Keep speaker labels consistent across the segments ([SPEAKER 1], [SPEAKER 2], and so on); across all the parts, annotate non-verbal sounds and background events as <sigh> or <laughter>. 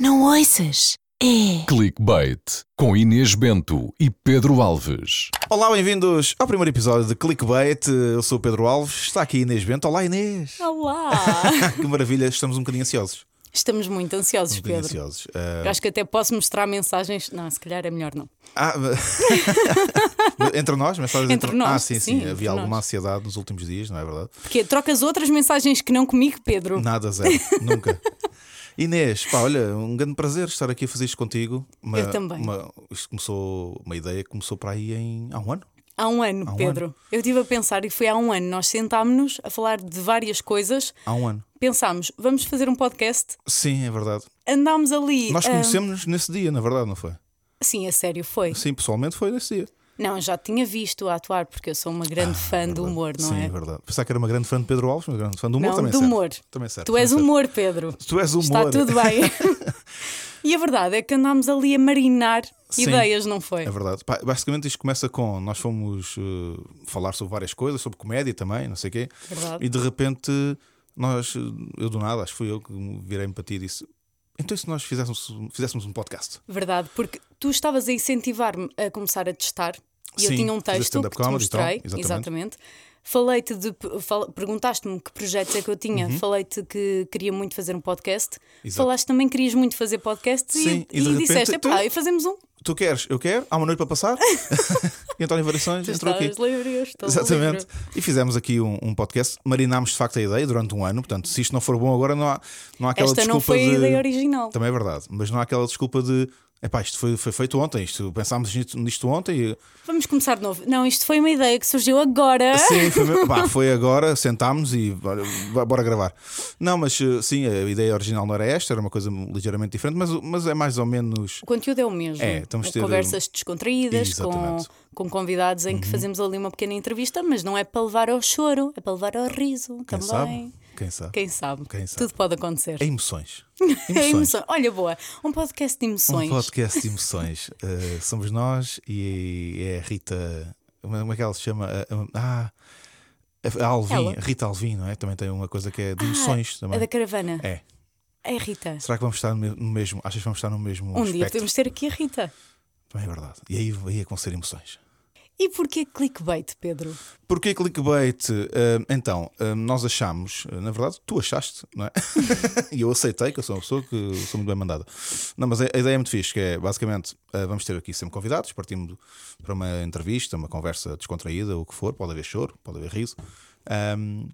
[SPEAKER 1] Não ouças? É.
[SPEAKER 2] Clickbait com Inês Bento e Pedro Alves.
[SPEAKER 3] Olá, bem-vindos ao primeiro episódio de Clickbait. Eu sou o Pedro Alves, está aqui a Inês Bento. Olá, Inês! Ah,
[SPEAKER 1] Olá!
[SPEAKER 3] que maravilha, estamos um bocadinho ansiosos.
[SPEAKER 1] <laughs> Estamos muito ansiosos,
[SPEAKER 3] Um bocadinho
[SPEAKER 1] Pedro.
[SPEAKER 3] ansiosos. Ah,
[SPEAKER 1] Eu acho que até posso mostrar mensagens. Não, se calhar é melhor não.
[SPEAKER 3] ah, <laughs> entre nós, mensagens
[SPEAKER 1] Entre nós,
[SPEAKER 3] Ah, sim, sim,
[SPEAKER 1] sim, entre
[SPEAKER 3] havia alguma
[SPEAKER 1] nós.
[SPEAKER 3] ansiedade nos últimos dias, não é verdade?
[SPEAKER 1] Porque trocas outras mensagens que não comigo, Pedro.
[SPEAKER 3] Nada,
[SPEAKER 1] <laughs>
[SPEAKER 3] zero, nunca. Inês, pá, olha, um grande prazer estar aqui a fazer isto contigo. Uma-
[SPEAKER 1] Eu também.
[SPEAKER 3] uma- isto começou, uma ideia que começou para aí em, há um ano.
[SPEAKER 1] Há um ano,
[SPEAKER 3] Há um
[SPEAKER 1] Pedro. Eu estive a pensar e foi há um ano. Nós sentámos-nos a falar de várias coisas.
[SPEAKER 3] Há um ano.
[SPEAKER 1] Pensámos, vamos fazer um podcast.
[SPEAKER 3] Sim, é verdade.
[SPEAKER 1] Andámos ali.
[SPEAKER 3] Nós
[SPEAKER 1] ah,
[SPEAKER 3] conhecemos-nos nesse dia, na verdade, não foi?
[SPEAKER 1] Sim, a sério, foi.
[SPEAKER 3] Sim, pessoalmente foi nesse dia.
[SPEAKER 1] Não, já tinha visto a atuar, porque eu sou uma grande fã do humor, não
[SPEAKER 3] Ah, Sim,
[SPEAKER 1] é?
[SPEAKER 3] verdade. Pensava que era uma grande fã de Pedro Alves, mas grande fã do humor
[SPEAKER 1] Não,
[SPEAKER 3] também
[SPEAKER 1] do
[SPEAKER 3] serve.
[SPEAKER 1] humor.
[SPEAKER 3] Também serve.
[SPEAKER 1] Tu és
[SPEAKER 3] também
[SPEAKER 1] humor, Pedro.
[SPEAKER 3] serve. Tu és humor. <laughs>
[SPEAKER 1] Está tudo bem. e a verdade é que andámos ali a marinar
[SPEAKER 3] Sim.
[SPEAKER 1] ideias, não foi?
[SPEAKER 3] É verdade. Pá, Basicamente isto começa com nós fomos eh, falar sobre várias coisas, sobre comédia também, não sei o quê.
[SPEAKER 1] Verdade.
[SPEAKER 3] E de repente nós, eh, eu do nada, acho que fui eu que me virei para ti e disse: Então e se nós fizéssemos, fizéssemos um podcast?
[SPEAKER 1] Verdade, porque tu estavas a incentivar-me a começar a testar e
[SPEAKER 3] Sim,
[SPEAKER 1] eu tinha um
[SPEAKER 3] fazer
[SPEAKER 1] texto
[SPEAKER 3] stand-up
[SPEAKER 1] que te
[SPEAKER 3] comedy e tal,
[SPEAKER 1] mostrei,
[SPEAKER 3] exatamente.
[SPEAKER 1] exatamente. Falei-te de. fal- Perguntaste-me que projetos é que eu tinha. Falei-te que queria muito fazer um podcast.
[SPEAKER 3] Uhum. Exato.
[SPEAKER 1] Falaste também que querias muito fazer podcast e-
[SPEAKER 3] Sim,
[SPEAKER 1] e,
[SPEAKER 3] e de repente
[SPEAKER 1] disseste:
[SPEAKER 3] tu-
[SPEAKER 1] pá, e fazemos um.
[SPEAKER 3] Tu queres, eu quero, há uma noite para passar.
[SPEAKER 1] <laughs>
[SPEAKER 3] e António Variações
[SPEAKER 1] Tu
[SPEAKER 3] entrou aqui.
[SPEAKER 1] estavas livre, eu estou
[SPEAKER 3] Exatamente.
[SPEAKER 1] livre.
[SPEAKER 3] E fizemos aqui um, um podcast, marinámos de facto a ideia durante um ano. Portanto, se isto não for bom agora, não há, não há aquela
[SPEAKER 1] Esta
[SPEAKER 3] desculpa
[SPEAKER 1] não foi a
[SPEAKER 3] de-
[SPEAKER 1] ideia original.
[SPEAKER 3] Também é verdade, mas não há aquela desculpa de epá, isto foi, foi feito ontem, isto, pensámos nisto, nisto ontem e
[SPEAKER 1] Vamos começar de novo. Não, isto foi uma ideia que surgiu agora.
[SPEAKER 3] sim, foi, mesmo-
[SPEAKER 1] <laughs>
[SPEAKER 3] pá, foi agora, sentámos e bora, bora gravar. Não, mas eh, sim, a ideia original não era esta, era uma coisa ligeiramente diferente, mas, o- mas é mais ou menos
[SPEAKER 1] O conteúdo é o mesmo.
[SPEAKER 3] É, estamos a ter-
[SPEAKER 1] Conversas descontraídas com,
[SPEAKER 3] Exatamente. Uhum.
[SPEAKER 1] com convidados em que fazemos ali uma pequena entrevista, mas não é para levar ao choro, é para levar ao riso
[SPEAKER 3] quem
[SPEAKER 1] também.
[SPEAKER 3] sabe, quem sabe.
[SPEAKER 1] Quem sabe?
[SPEAKER 3] Quem sabe?
[SPEAKER 1] Tudo pode acontecer.
[SPEAKER 3] É emoções.
[SPEAKER 1] <laughs> É
[SPEAKER 3] Emoções.
[SPEAKER 1] emoção. Olha, boa. Um podcast de
[SPEAKER 3] Um
[SPEAKER 1] emoções.
[SPEAKER 3] podcast de
[SPEAKER 1] <laughs>
[SPEAKER 3] emoções. Eh, somos nós e é a Rita. Como é que ela se chama? A- a- Ah, a Alvim,
[SPEAKER 1] Ela.
[SPEAKER 3] Rita Alvim, não é? Também tem uma coisa que é de emoções
[SPEAKER 1] Ah,
[SPEAKER 3] também.
[SPEAKER 1] a da caravana.
[SPEAKER 3] É.
[SPEAKER 1] É a Rita.
[SPEAKER 3] Será que vamos estar no me- no mesmo? Achas que vamos estar no mesmo
[SPEAKER 1] Um dia
[SPEAKER 3] espectro?
[SPEAKER 1] podemos ter aqui a Rita.
[SPEAKER 3] Também é verdade. E aí, aí é que vão ser emoções.
[SPEAKER 1] E porquê clickbait, Pedro?
[SPEAKER 3] Porquê clickbait? Ah, então, ah, nós achamos, ah, na verdade, tu achaste, não é? <laughs> e eu aceitei que eu sou uma pessoa que sou muito bem mandada. Não, mas a, a ideia é muito fixe, que é basicamente ah, vamos ter aqui sempre convidados, partimos para uma entrevista, uma conversa descontraída, o que for, pode haver choro, pode haver riso. Hum, Ahm,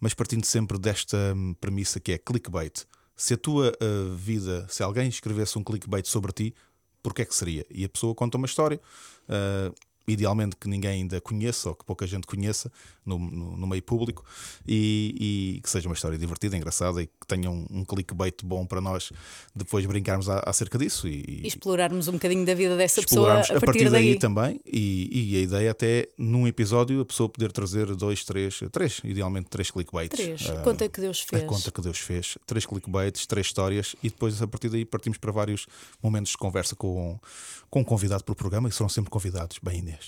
[SPEAKER 3] mas partindo sempre desta hum, premissa que é clickbait. Se a tua uh, vida, se alguém escrevesse um clickbait sobre ti, porquê é que seria? E a pessoa conta uma história, uh, idealmente que ninguém ainda conheça ou que pouca gente conheça no, no- no meio público, e, e que seja uma história divertida, engraçada e que tenha um, um clickbait bom para nós depois brincarmos a- acerca disso e-
[SPEAKER 1] E
[SPEAKER 3] e,
[SPEAKER 1] explorarmos um bocadinho da vida dessa pessoa
[SPEAKER 3] explorarmos
[SPEAKER 1] a partir, daí.
[SPEAKER 3] também e, e a ideia até num episódio a pessoa poder trazer dois, três, três, idealmente três clickbaits.
[SPEAKER 1] Três.
[SPEAKER 3] Ah,
[SPEAKER 1] A conta que Deus fez.
[SPEAKER 3] a conta que Deus fez, três clickbaits, três histórias e depois a partir daí partimos para vários momentos de conversa com, com um convidado para o programa e serão sempre convidados. Bem, Inês,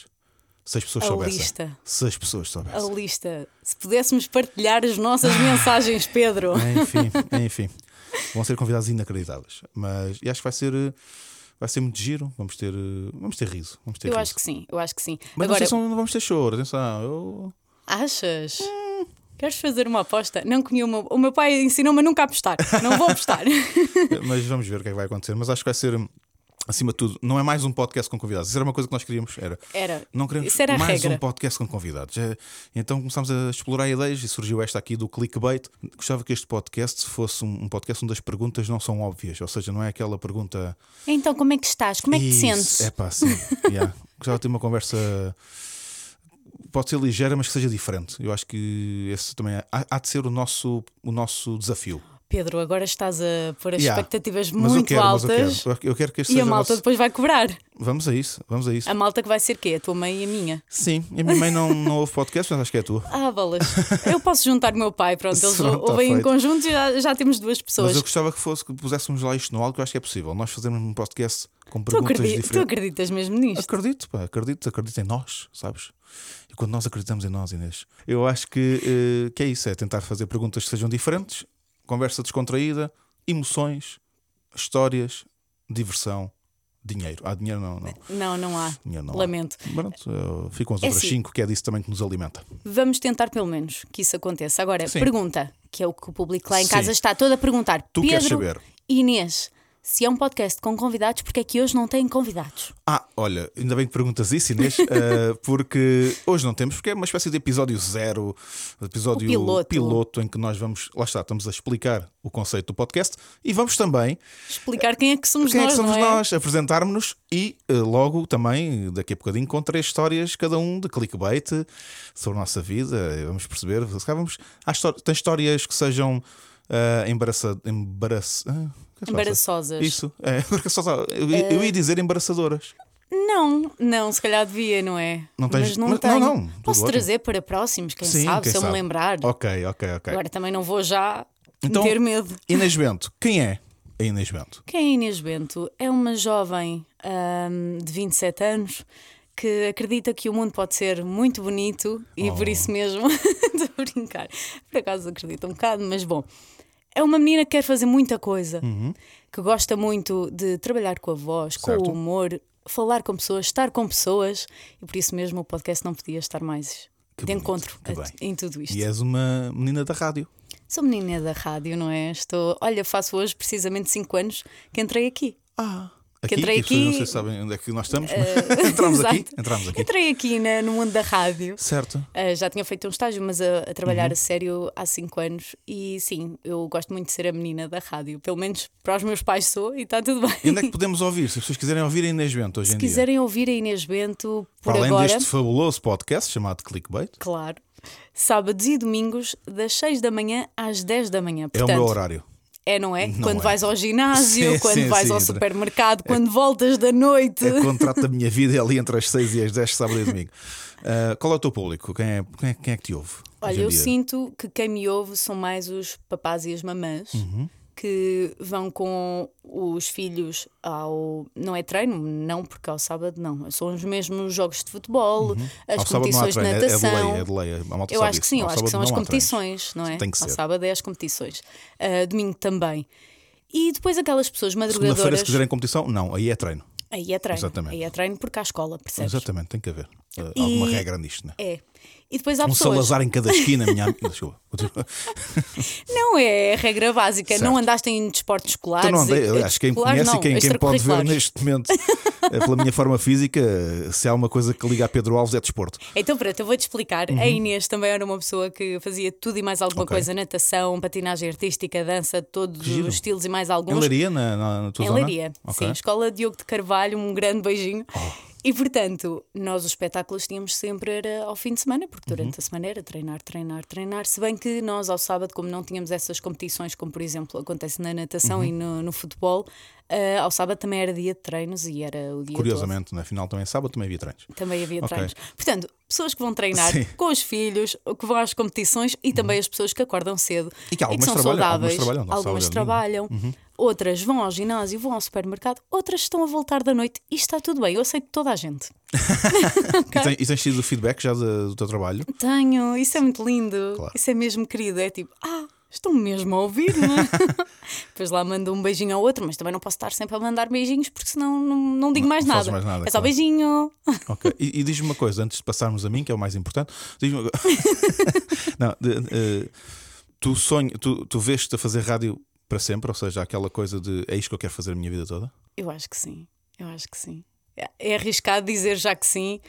[SPEAKER 3] se as pessoas
[SPEAKER 1] A
[SPEAKER 3] soubessem.
[SPEAKER 1] lista.
[SPEAKER 3] Se as pessoas
[SPEAKER 1] a
[SPEAKER 3] soubessem.
[SPEAKER 1] lista. Se pudéssemos partilhar
[SPEAKER 3] <laughs>
[SPEAKER 1] as nossas mensagens, Pedro.
[SPEAKER 3] Enfim,
[SPEAKER 1] <laughs>
[SPEAKER 3] enfim. Vão ser convidados inacreditáveis. Mas e acho que vai ser, eh, vai ser muito giro. Vamos ter, eh, vamos ter riso. Vamos ter
[SPEAKER 1] Eu
[SPEAKER 3] riso.
[SPEAKER 1] acho que sim, eu acho que sim.
[SPEAKER 3] Mas não,
[SPEAKER 1] Agora,
[SPEAKER 3] sei se não vamos ter choro, atenção. Eu... <laughs>
[SPEAKER 1] achas?
[SPEAKER 3] Hum.
[SPEAKER 1] Queres fazer uma aposta? Não conheço o meu, o meu pai ensinou-me a nunca apostar. Não vou
[SPEAKER 3] <laughs>
[SPEAKER 1] apostar.
[SPEAKER 3] Mas vamos ver o que é que vai acontecer. Mas acho que vai ser, acima de tudo, não é mais um podcast com convidados. Isso era uma coisa que nós queríamos. Era.
[SPEAKER 1] Era.
[SPEAKER 3] Não queremos
[SPEAKER 1] Isso era a
[SPEAKER 3] mais
[SPEAKER 1] regra.
[SPEAKER 3] um podcast com convidados. É, Então começámos a explorar ideias e surgiu esta aqui do clickbait. Gostava que este podcast fosse um um podcast onde as perguntas não são óbvias, ou seja, não é aquela pergunta.
[SPEAKER 1] Então, como é que estás? Como é que te sentes?
[SPEAKER 3] É pá, sim. yeah. Gostava de ter uma conversa. Pode ser ligeira, mas que seja diferente. Eu acho que esse também é- há, há de ser o nosso, o nosso desafio.
[SPEAKER 1] Pedro, agora estás a pôr as
[SPEAKER 3] Yeah.
[SPEAKER 1] expectativas
[SPEAKER 3] Mas eu
[SPEAKER 1] muito
[SPEAKER 3] quero, mas eu
[SPEAKER 1] altas.
[SPEAKER 3] quero. Eu quero que este
[SPEAKER 1] E
[SPEAKER 3] seja
[SPEAKER 1] a
[SPEAKER 3] o
[SPEAKER 1] malta
[SPEAKER 3] nosso-
[SPEAKER 1] depois vai cobrar.
[SPEAKER 3] Vamos a isso, vamos a isso.
[SPEAKER 1] A malta que vai ser quê? A tua mãe e a minha.
[SPEAKER 3] Sim, a minha mãe não, não ouve podcast, mas acho que é a tua.
[SPEAKER 1] Ah, bolas. Eu posso juntar o meu pai, pronto. Eles
[SPEAKER 3] Pronto, tá
[SPEAKER 1] ouvem em
[SPEAKER 3] feito.
[SPEAKER 1] conjunto e já, já temos duas
[SPEAKER 3] Mas
[SPEAKER 1] pessoas.
[SPEAKER 3] eu gostava que fosse que puséssemos lá isto no algo que eu acho que é possível. Nós fazemos um podcast com
[SPEAKER 1] Tu,
[SPEAKER 3] perguntas
[SPEAKER 1] acredi- tu
[SPEAKER 3] diferentes.
[SPEAKER 1] acreditas mesmo nisto?
[SPEAKER 3] Acredito, pá, acredito, acredito em nós, sabes? E quando nós acreditamos em nós, Inês, eu acho que, eh, que é isso: é tentar fazer perguntas que sejam diferentes, conversa descontraída, emoções, histórias, diversão, dinheiro. Ah, dinheiro não, não.
[SPEAKER 1] Não, não há.
[SPEAKER 3] Dinheiro não há.
[SPEAKER 1] Lamento.
[SPEAKER 3] Pronto, eh, ficam as
[SPEAKER 1] É
[SPEAKER 3] outras
[SPEAKER 1] assim.
[SPEAKER 3] cinco, que é disso também que nos alimenta.
[SPEAKER 1] Vamos tentar, pelo menos, que isso aconteça. Agora,
[SPEAKER 3] Sim.
[SPEAKER 1] pergunta, que é o que o público lá em
[SPEAKER 3] Sim.
[SPEAKER 1] casa está todo a perguntar.
[SPEAKER 3] Tu
[SPEAKER 1] Pedro,
[SPEAKER 3] queres saber?
[SPEAKER 1] Inês, se é um podcast com convidados, porque é que hoje não têm convidados?
[SPEAKER 3] Ah, olha, ainda bem que perguntas isso, Inês, <laughs> eh, porque hoje não temos, porque é uma espécie de episódio zero, episódio
[SPEAKER 1] O piloto.
[SPEAKER 3] piloto, em que nós vamos, lá está, estamos a explicar o conceito do podcast e vamos também
[SPEAKER 1] Explicar quem é que somos
[SPEAKER 3] Quem é
[SPEAKER 1] nós,
[SPEAKER 3] que somos
[SPEAKER 1] não é?
[SPEAKER 3] nós? Apresentarmos-nos e eh, logo também, daqui a bocadinho, com três histórias, cada um de clickbait sobre a nossa vida. Eh, Vamos perceber. se calhar Vamos, há histó- tem histórias que sejam uh, embaraça, embaraça, ah, o que é que se passa?
[SPEAKER 1] Embaraçosas. Eh,
[SPEAKER 3] Isso, é, <laughs> embaraçosa- eu, eu ia dizer embaraçadoras.
[SPEAKER 1] Não, não, se calhar devia, não é?
[SPEAKER 3] Não tens-
[SPEAKER 1] Mas não
[SPEAKER 3] mas-
[SPEAKER 1] tenho.
[SPEAKER 3] não, não, tudo
[SPEAKER 1] Posso
[SPEAKER 3] ótimo.
[SPEAKER 1] trazer para próximos, quem
[SPEAKER 3] Sim,
[SPEAKER 1] sabe,
[SPEAKER 3] quem
[SPEAKER 1] se eu
[SPEAKER 3] sabe.
[SPEAKER 1] me lembrar.
[SPEAKER 3] Ok, ok, ok.
[SPEAKER 1] Agora também não vou já
[SPEAKER 3] Então-
[SPEAKER 1] ter medo.
[SPEAKER 3] Inês Bento, quem é a Inês Bento?
[SPEAKER 1] Quem é Inês Bento? É uma jovem ahm, de 27 anos que acredita que o mundo pode ser muito bonito e por isso
[SPEAKER 3] Oh.
[SPEAKER 1] mesmo. <laughs> Estou a brincar. Por acaso acredito um bocado, mas bom. É uma menina que quer fazer muita coisa, que gosta muito de trabalhar com a voz, com
[SPEAKER 3] Uhum. Certo.
[SPEAKER 1] o humor, falar com pessoas, estar com pessoas e por isso mesmo o podcast não podia estar mais
[SPEAKER 3] Que
[SPEAKER 1] de
[SPEAKER 3] bonito,
[SPEAKER 1] encontro
[SPEAKER 3] que
[SPEAKER 1] a-
[SPEAKER 3] bem.
[SPEAKER 1] em tudo isto.
[SPEAKER 3] E é és uma menina da rádio.
[SPEAKER 1] Sou menina da rádio, não é? Estou, olha, faço hoje precisamente 5 anos que entrei aqui.
[SPEAKER 3] Ah, aqui,
[SPEAKER 1] Que entrei
[SPEAKER 3] as pessoas
[SPEAKER 1] aqui- Eh,
[SPEAKER 3] não sei se sabem onde é que nós estamos,
[SPEAKER 1] <laughs>
[SPEAKER 3] mas entramos aqui.
[SPEAKER 1] Exato.
[SPEAKER 3] Entramos aqui.
[SPEAKER 1] Entrei aqui na- no mundo da rádio.
[SPEAKER 3] Certo.
[SPEAKER 1] Ah, já tinha feito um estágio, mas a, a trabalhar
[SPEAKER 3] Uhum.
[SPEAKER 1] a sério há 5 anos. E sim, eu gosto muito de ser a menina da rádio. Pelo menos para os meus pais sou e está tudo <laughs> bem.
[SPEAKER 3] E onde é que podemos ouvir? Se as pessoas quiserem ouvir a Inês Bento hoje
[SPEAKER 1] Se
[SPEAKER 3] em dia.
[SPEAKER 1] quiserem ouvir a Inês Bento por
[SPEAKER 3] Para além
[SPEAKER 1] agora,
[SPEAKER 3] deste fabuloso podcast chamado Clickbait,
[SPEAKER 1] claro, sábados e domingos, das 6 da manhã às 10 da manhã. Portanto,
[SPEAKER 3] é o meu horário.
[SPEAKER 1] É, não é? quando
[SPEAKER 3] é.
[SPEAKER 1] vais ao ginásio,
[SPEAKER 3] Sim,
[SPEAKER 1] quando
[SPEAKER 3] sim,
[SPEAKER 1] vais
[SPEAKER 3] sim,
[SPEAKER 1] ao
[SPEAKER 3] entra.
[SPEAKER 1] supermercado, quando voltas da noite.
[SPEAKER 3] É
[SPEAKER 1] <laughs>
[SPEAKER 3] o contrato da minha vida é ali entre as 6 e as 10, sábado e domingo. Ah, qual é o teu público? Quem é, quem é, quem é que te ouve?
[SPEAKER 1] Olha,
[SPEAKER 3] hoje em
[SPEAKER 1] eu
[SPEAKER 3] dia?
[SPEAKER 1] sinto que quem me ouve são mais os papás e as mamãs
[SPEAKER 3] Uhum.
[SPEAKER 1] que vão com os filhos ao. Não é treino? Não, porque ao sábado não. São os mesmos jogos de futebol, as
[SPEAKER 3] Uhum. Ao sábado não há
[SPEAKER 1] competições
[SPEAKER 3] treino,
[SPEAKER 1] de
[SPEAKER 3] é-
[SPEAKER 1] natação.
[SPEAKER 3] É, de lei, é de lei. A malta
[SPEAKER 1] eu
[SPEAKER 3] sabe
[SPEAKER 1] acho que
[SPEAKER 3] isso.
[SPEAKER 1] sim, eu
[SPEAKER 3] Ao
[SPEAKER 1] acho
[SPEAKER 3] sábado
[SPEAKER 1] que são
[SPEAKER 3] não
[SPEAKER 1] as
[SPEAKER 3] há treinos.
[SPEAKER 1] competições, não é?
[SPEAKER 3] Tem que
[SPEAKER 1] Ao
[SPEAKER 3] ser.
[SPEAKER 1] sábado é as competições. Ah, domingo também. E depois aquelas pessoas
[SPEAKER 3] Segunda-feira,
[SPEAKER 1] madrugadoras.
[SPEAKER 3] se quiserem competição, não, aí é treino.
[SPEAKER 1] Aí é treino.
[SPEAKER 3] Exatamente.
[SPEAKER 1] Aí é treino porque há escola, percebes?
[SPEAKER 3] Exatamente, tem que haver ah, alguma
[SPEAKER 1] E-
[SPEAKER 3] regra nisto, né?
[SPEAKER 1] É. E depois há
[SPEAKER 3] Um
[SPEAKER 1] pessoas.
[SPEAKER 3] Salazar em cada esquina, minha amiga. Desculpa.
[SPEAKER 1] <laughs>
[SPEAKER 3] continua.
[SPEAKER 1] Não é a regra básica.
[SPEAKER 3] Certo.
[SPEAKER 1] Não andaste em desportos escolares.
[SPEAKER 3] Então não andei,
[SPEAKER 1] e-
[SPEAKER 3] aliás, quem me
[SPEAKER 1] escolares
[SPEAKER 3] conhece
[SPEAKER 1] não,
[SPEAKER 3] e quem, quem pode ver
[SPEAKER 1] extracurriculares.
[SPEAKER 3] neste momento, eh, pela minha forma física, eh, se há uma coisa que liga a Pedro Alves é desporto.
[SPEAKER 1] Então, pronto, eu vou-te explicar. A Inês também era uma pessoa que fazia tudo e mais alguma
[SPEAKER 3] Uhum. Ok.
[SPEAKER 1] coisa: natação, patinagem artística, dança, todos
[SPEAKER 3] giro.
[SPEAKER 1] os estilos e mais
[SPEAKER 3] Em
[SPEAKER 1] alguns.
[SPEAKER 3] Leiria, na, na, na tua
[SPEAKER 1] Em
[SPEAKER 3] zona?
[SPEAKER 1] Leiria,
[SPEAKER 3] Ok. Oh.
[SPEAKER 1] sim. Escola Diogo de Carvalho, um grande beijinho. E portanto, nós os espetáculos tínhamos sempre era ao fim de semana, porque
[SPEAKER 3] Uhum.
[SPEAKER 1] durante a semana era treinar, treinar, treinar. Se bem que nós ao sábado, como não tínhamos essas competições, como por exemplo acontece na natação
[SPEAKER 3] Uhum.
[SPEAKER 1] e no, no futebol, ah, ao sábado também era dia de treinos e era o dia todo.
[SPEAKER 3] Curiosamente, na final também sábado também havia treinos.
[SPEAKER 1] Também havia
[SPEAKER 3] Ok.
[SPEAKER 1] treinos. Portanto, pessoas que vão treinar
[SPEAKER 3] Sim.
[SPEAKER 1] com os filhos, ou que vão às competições e também as pessoas que acordam cedo
[SPEAKER 3] E que algumas
[SPEAKER 1] são
[SPEAKER 3] trabalham, algumas
[SPEAKER 1] saudáveis.
[SPEAKER 3] trabalham, não, Uhum.
[SPEAKER 1] algumas
[SPEAKER 3] sábado,
[SPEAKER 1] trabalham, outras vão ao ginásio, vão ao supermercado, outras estão a voltar da noite e está tudo bem. Eu aceito toda a gente.
[SPEAKER 3] E, tens, e tens tido o feedback já de- do teu trabalho?
[SPEAKER 1] Tenho, isso é muito lindo.
[SPEAKER 3] Claro.
[SPEAKER 1] Isso é mesmo querido. É tipo, ah, estão mesmo a
[SPEAKER 3] <laughs>
[SPEAKER 1] ouvir-me. Depois lá mando um beijinho ao outro, mas também não posso estar sempre a mandar beijinhos porque senão não, não digo mais,
[SPEAKER 3] não fazes mais
[SPEAKER 1] nada.
[SPEAKER 3] nada,
[SPEAKER 1] É só
[SPEAKER 3] claro.
[SPEAKER 1] beijinho.
[SPEAKER 3] Ok. E, e diz-me uma coisa, antes de passarmos a mim, que é o mais importante, diz-me uma coisa. <laughs> Não, de- eh, tu sonho, tu, tu vês-te a fazer rádio para sempre, ou seja, aquela coisa de é isto que eu quero fazer a minha vida toda?
[SPEAKER 1] Eu acho que sim, eu acho que sim. É- É arriscado dizer já que sim,